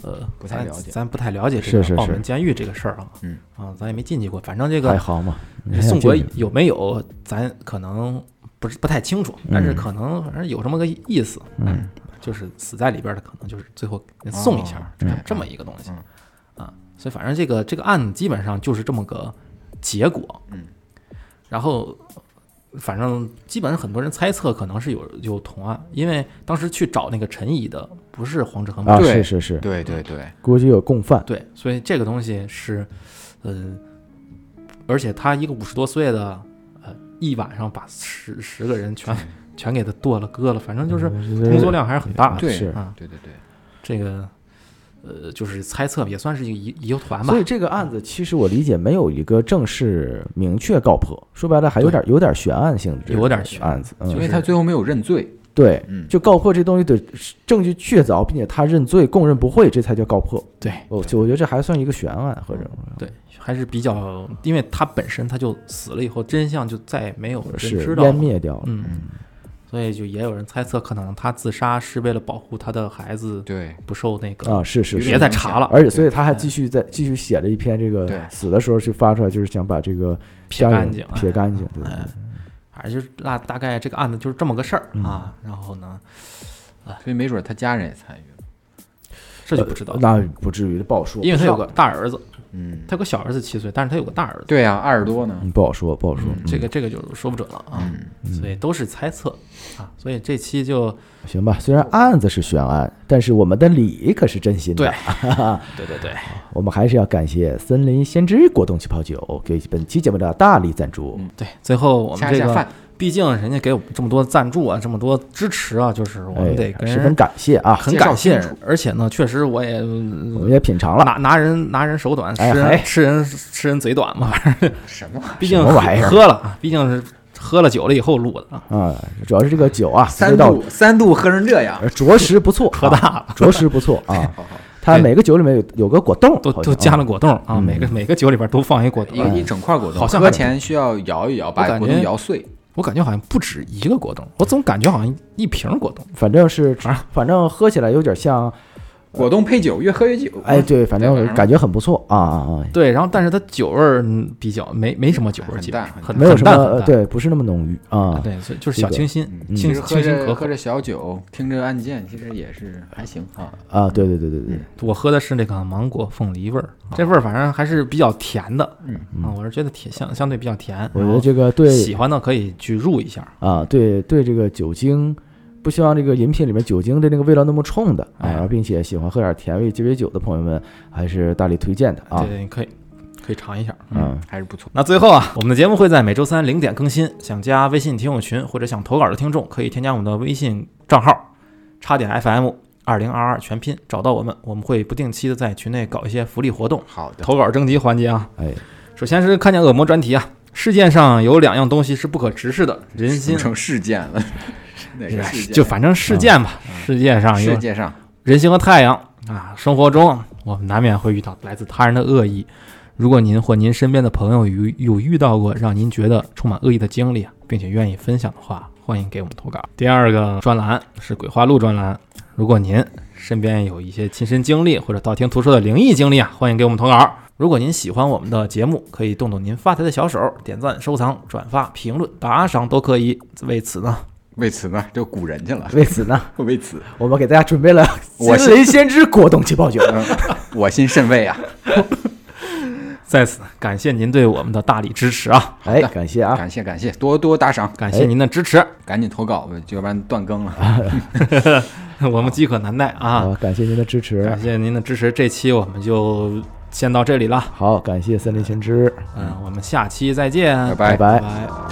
Speaker 1: 呃，
Speaker 2: 不太
Speaker 1: 咱
Speaker 2: 了解
Speaker 1: 咱不太了解这
Speaker 3: 是
Speaker 1: 个
Speaker 3: 是
Speaker 1: 澳
Speaker 3: 是
Speaker 1: 门监狱这个事儿啊，
Speaker 2: 嗯
Speaker 1: 啊，咱也没进去过，反正这个
Speaker 3: 海航嘛，你看
Speaker 1: 宋国
Speaker 3: 这个
Speaker 1: 有没有，咱可能不是不太清楚，但是可能反正有这么个意思，嗯，就是死在里边的可能就是最后送一下，
Speaker 2: 哦
Speaker 1: 这
Speaker 2: 嗯
Speaker 1: 这么一个东西
Speaker 2: 嗯
Speaker 1: 啊，所以反正这个这个案子基本上就是这么个结果，
Speaker 2: 嗯，
Speaker 1: 然后反正基本上很多人猜测可能是有有同案，因为当时去找那个陈怡的不是黄志恒
Speaker 3: 啊，
Speaker 1: 本人
Speaker 2: 对
Speaker 3: 是是是，
Speaker 2: 对对对，
Speaker 3: 估计有共犯，
Speaker 1: 对，所以这个东西是，呃，而且他一个五十多岁的，呃，一晚上把十十个人全全给他剁了割了，反正就是
Speaker 3: 嗯
Speaker 1: 工作量还是很大的。
Speaker 2: 对
Speaker 3: 是
Speaker 1: 啊，
Speaker 2: 对对对，
Speaker 1: 这个，呃，就是猜测也算是一个疑疑团吧
Speaker 3: 所。以这个案子其实我理解没有一个正式明确告破，说白了还有点有点悬案性质，
Speaker 1: 有点悬
Speaker 3: 案子，
Speaker 2: 因
Speaker 3: 嗯，
Speaker 2: 为他最后没有认罪。
Speaker 3: 对，
Speaker 2: 嗯，
Speaker 3: 就告破这东西得证据确凿，并且他认罪供认不讳，这才叫告破。
Speaker 1: 对
Speaker 3: 我就我觉得这还算一个悬案，或者
Speaker 1: 对，还是比较，因为他本身他就死了以后，真相就再也没有人
Speaker 3: 是
Speaker 1: 嗯知道
Speaker 3: 湮
Speaker 1: 了。
Speaker 3: 灭掉了。
Speaker 1: 嗯，所以就也有人猜测，可能他自杀是为了保护他的孩子
Speaker 2: 对，
Speaker 1: 不受那个，
Speaker 3: 啊，是是是
Speaker 1: 别，再查了，
Speaker 3: 而且所以他
Speaker 1: 嗯
Speaker 3: 还继续在继续写了一篇这
Speaker 2: 对
Speaker 3: 个死的时候去发出来，就是想把这个
Speaker 1: 撇
Speaker 3: 家人
Speaker 1: 干净，哎
Speaker 3: 撇干净，对
Speaker 1: 哎，反正就是大大概这个案子就是这么个事
Speaker 3: 嗯
Speaker 1: 儿啊。然后呢，
Speaker 2: 所以没准他家人也参与了。
Speaker 1: 这就不知道，了，
Speaker 3: 那不至于，不好说，
Speaker 1: 因为他有个大儿子，
Speaker 2: 嗯，
Speaker 1: 他有个小儿子七岁，但是他有个大儿子，
Speaker 2: 对呀，二十多呢。
Speaker 3: 嗯不好说，不好说。
Speaker 1: 这个这个就是说不准了啊。
Speaker 2: 嗯，
Speaker 1: 所以都是猜测啊。所以这期就
Speaker 3: 行吧，虽然案子是悬案，但是我们的理可是真心的。
Speaker 1: 对，对对对，
Speaker 3: 我们还是要感谢森林先知果冻气泡酒给本期节目的大力赞助。
Speaker 1: 对。最后我们
Speaker 2: 恰
Speaker 1: 这
Speaker 2: 下
Speaker 1: 个
Speaker 2: 饭，
Speaker 1: 毕竟人家给我们这么多赞助啊，这么多支持啊，就是我们得
Speaker 3: 哎，
Speaker 1: 跟
Speaker 3: 十分
Speaker 1: 人
Speaker 3: 感谢啊！
Speaker 1: 很
Speaker 2: 介绍
Speaker 1: 感谢
Speaker 2: 清楚，
Speaker 1: 而且呢，确实我也
Speaker 3: 我们也品尝了，
Speaker 1: 拿拿人拿人手短，吃
Speaker 3: 哎嗨
Speaker 1: 人吃人吃人嘴短嘛，反正
Speaker 2: 什么玩意儿
Speaker 1: 毕竟
Speaker 3: 什么玩意儿
Speaker 1: 喝了啊，毕竟是喝了酒了以后录的啊。
Speaker 3: 啊，主要是这个酒啊，
Speaker 2: 三
Speaker 3: 味道呃
Speaker 2: 度三度喝成这样，
Speaker 3: 着实不错，喝
Speaker 1: 大了，
Speaker 3: 着 实不错啊。
Speaker 2: 好好，
Speaker 3: 它每个酒里面有有个果冻，
Speaker 1: 都
Speaker 3: 好
Speaker 1: 都
Speaker 3: 像
Speaker 1: 加
Speaker 3: 啊
Speaker 1: 了果冻啊，每个每个酒里边都放一果
Speaker 2: 一个
Speaker 1: 冻。啊
Speaker 2: 一整块果冻，
Speaker 1: 嗯好像
Speaker 2: 喝
Speaker 1: 还
Speaker 2: 前需要摇一摇，把
Speaker 1: 感
Speaker 2: 果冻
Speaker 1: 觉
Speaker 2: 摇碎。
Speaker 1: 我感觉好像不止一个果冻，我总感觉好像一瓶果冻。
Speaker 3: 反正是
Speaker 1: 啊
Speaker 3: 反正喝起来有点像，
Speaker 2: 果冻配酒，越喝越酒。
Speaker 3: 哎，，对，反
Speaker 2: 对
Speaker 3: 正
Speaker 2: 反
Speaker 1: 嗯
Speaker 2: 正
Speaker 3: 感觉很不错啊啊
Speaker 1: 对，然后但是它酒味儿嗯比较没没什么酒味儿，
Speaker 2: 很
Speaker 1: 基本
Speaker 2: 淡
Speaker 1: 上
Speaker 2: 很
Speaker 1: 很
Speaker 3: 啊，没有
Speaker 1: 很
Speaker 3: 什么
Speaker 1: 淡很
Speaker 3: 呃
Speaker 1: 淡
Speaker 3: 对，不是那么浓郁啊。
Speaker 1: 对，所以就是
Speaker 3: 这
Speaker 1: 小
Speaker 3: 个
Speaker 1: 清新，
Speaker 2: 嗯
Speaker 1: 清
Speaker 2: 其实喝
Speaker 1: 清新可
Speaker 2: 着喝
Speaker 1: 口。
Speaker 2: 着小酒，听着案件，其实也是还行啊。
Speaker 3: 啊，对对对对对，
Speaker 1: 我喝的是那个芒果凤梨味儿，啊这味儿反正还是比较甜的
Speaker 2: 嗯
Speaker 1: 啊，我是觉得甜相相对比较甜。
Speaker 3: 我
Speaker 1: 嗯然后
Speaker 3: 觉得这个对
Speaker 1: 喜欢的可以去入一下。
Speaker 3: 啊，对对，这个酒精，不希望这个饮品里面酒精的那个味道那么冲的啊，
Speaker 1: 哎
Speaker 3: 然后并且喜欢喝点甜味鸡尾酒的朋友们，还是大力推荐的啊
Speaker 1: 对。对，你可以可以尝一下。
Speaker 3: 嗯，
Speaker 2: 还是不错。
Speaker 1: 那最后啊，我们的节目会在每周三零点更新。想加微信听友群或者想投稿的听众，可以添加我们的微信账号“差点 FM”，二零二二全拼找到我们，我们会不定期的在群内搞一些福利活动。
Speaker 2: 好的，
Speaker 1: 投稿征集环节啊，
Speaker 3: 哎，
Speaker 1: 首先是看见恶魔专题啊。世界上有两样东西是不可直视的，人
Speaker 2: 怎
Speaker 1: 心
Speaker 2: 么成事件了， 哪个
Speaker 1: 哎
Speaker 2: 事件？
Speaker 1: 就反正事件吧，嗯啊世界上有
Speaker 2: 世界上
Speaker 1: 人性和太阳啊，生活中我们难免会遇到来自他人的恶意。如果您或您身边的朋友有有遇到过让您觉得充满恶意的经历，并且愿意分享的话，欢迎给我们投稿。第二个专栏是鬼话录专栏，如果您身边有一些亲身经历或者道听途说的灵异经历啊，欢迎给我们投稿。如果您喜欢我们的节目，可以动动您发财的小手，点赞、收藏、转发、评论、打赏都可以。为此呢，
Speaker 2: 为此呢，就古人去了，
Speaker 3: 为此呢，
Speaker 2: 为此，
Speaker 3: 我们给大家准备了
Speaker 2: 我
Speaker 3: 森林先知果冻气泡酒。
Speaker 2: 嗯，我心甚慰啊。
Speaker 1: 在此感谢您对我们的大力支持啊！
Speaker 3: 哎，感谢啊，
Speaker 2: 感谢感谢，多多打赏，
Speaker 1: 感谢您的支持，
Speaker 2: 赶紧投稿吧，要不然断更了。
Speaker 1: 我们饥渴难耐啊！
Speaker 3: 啊，感谢您的支持
Speaker 1: 感。谢您的支持，这期我们就先到这里了，
Speaker 3: 好，感谢森林先知，
Speaker 1: 嗯，我们下期再见，
Speaker 2: 嗯拜
Speaker 3: 拜
Speaker 1: 拜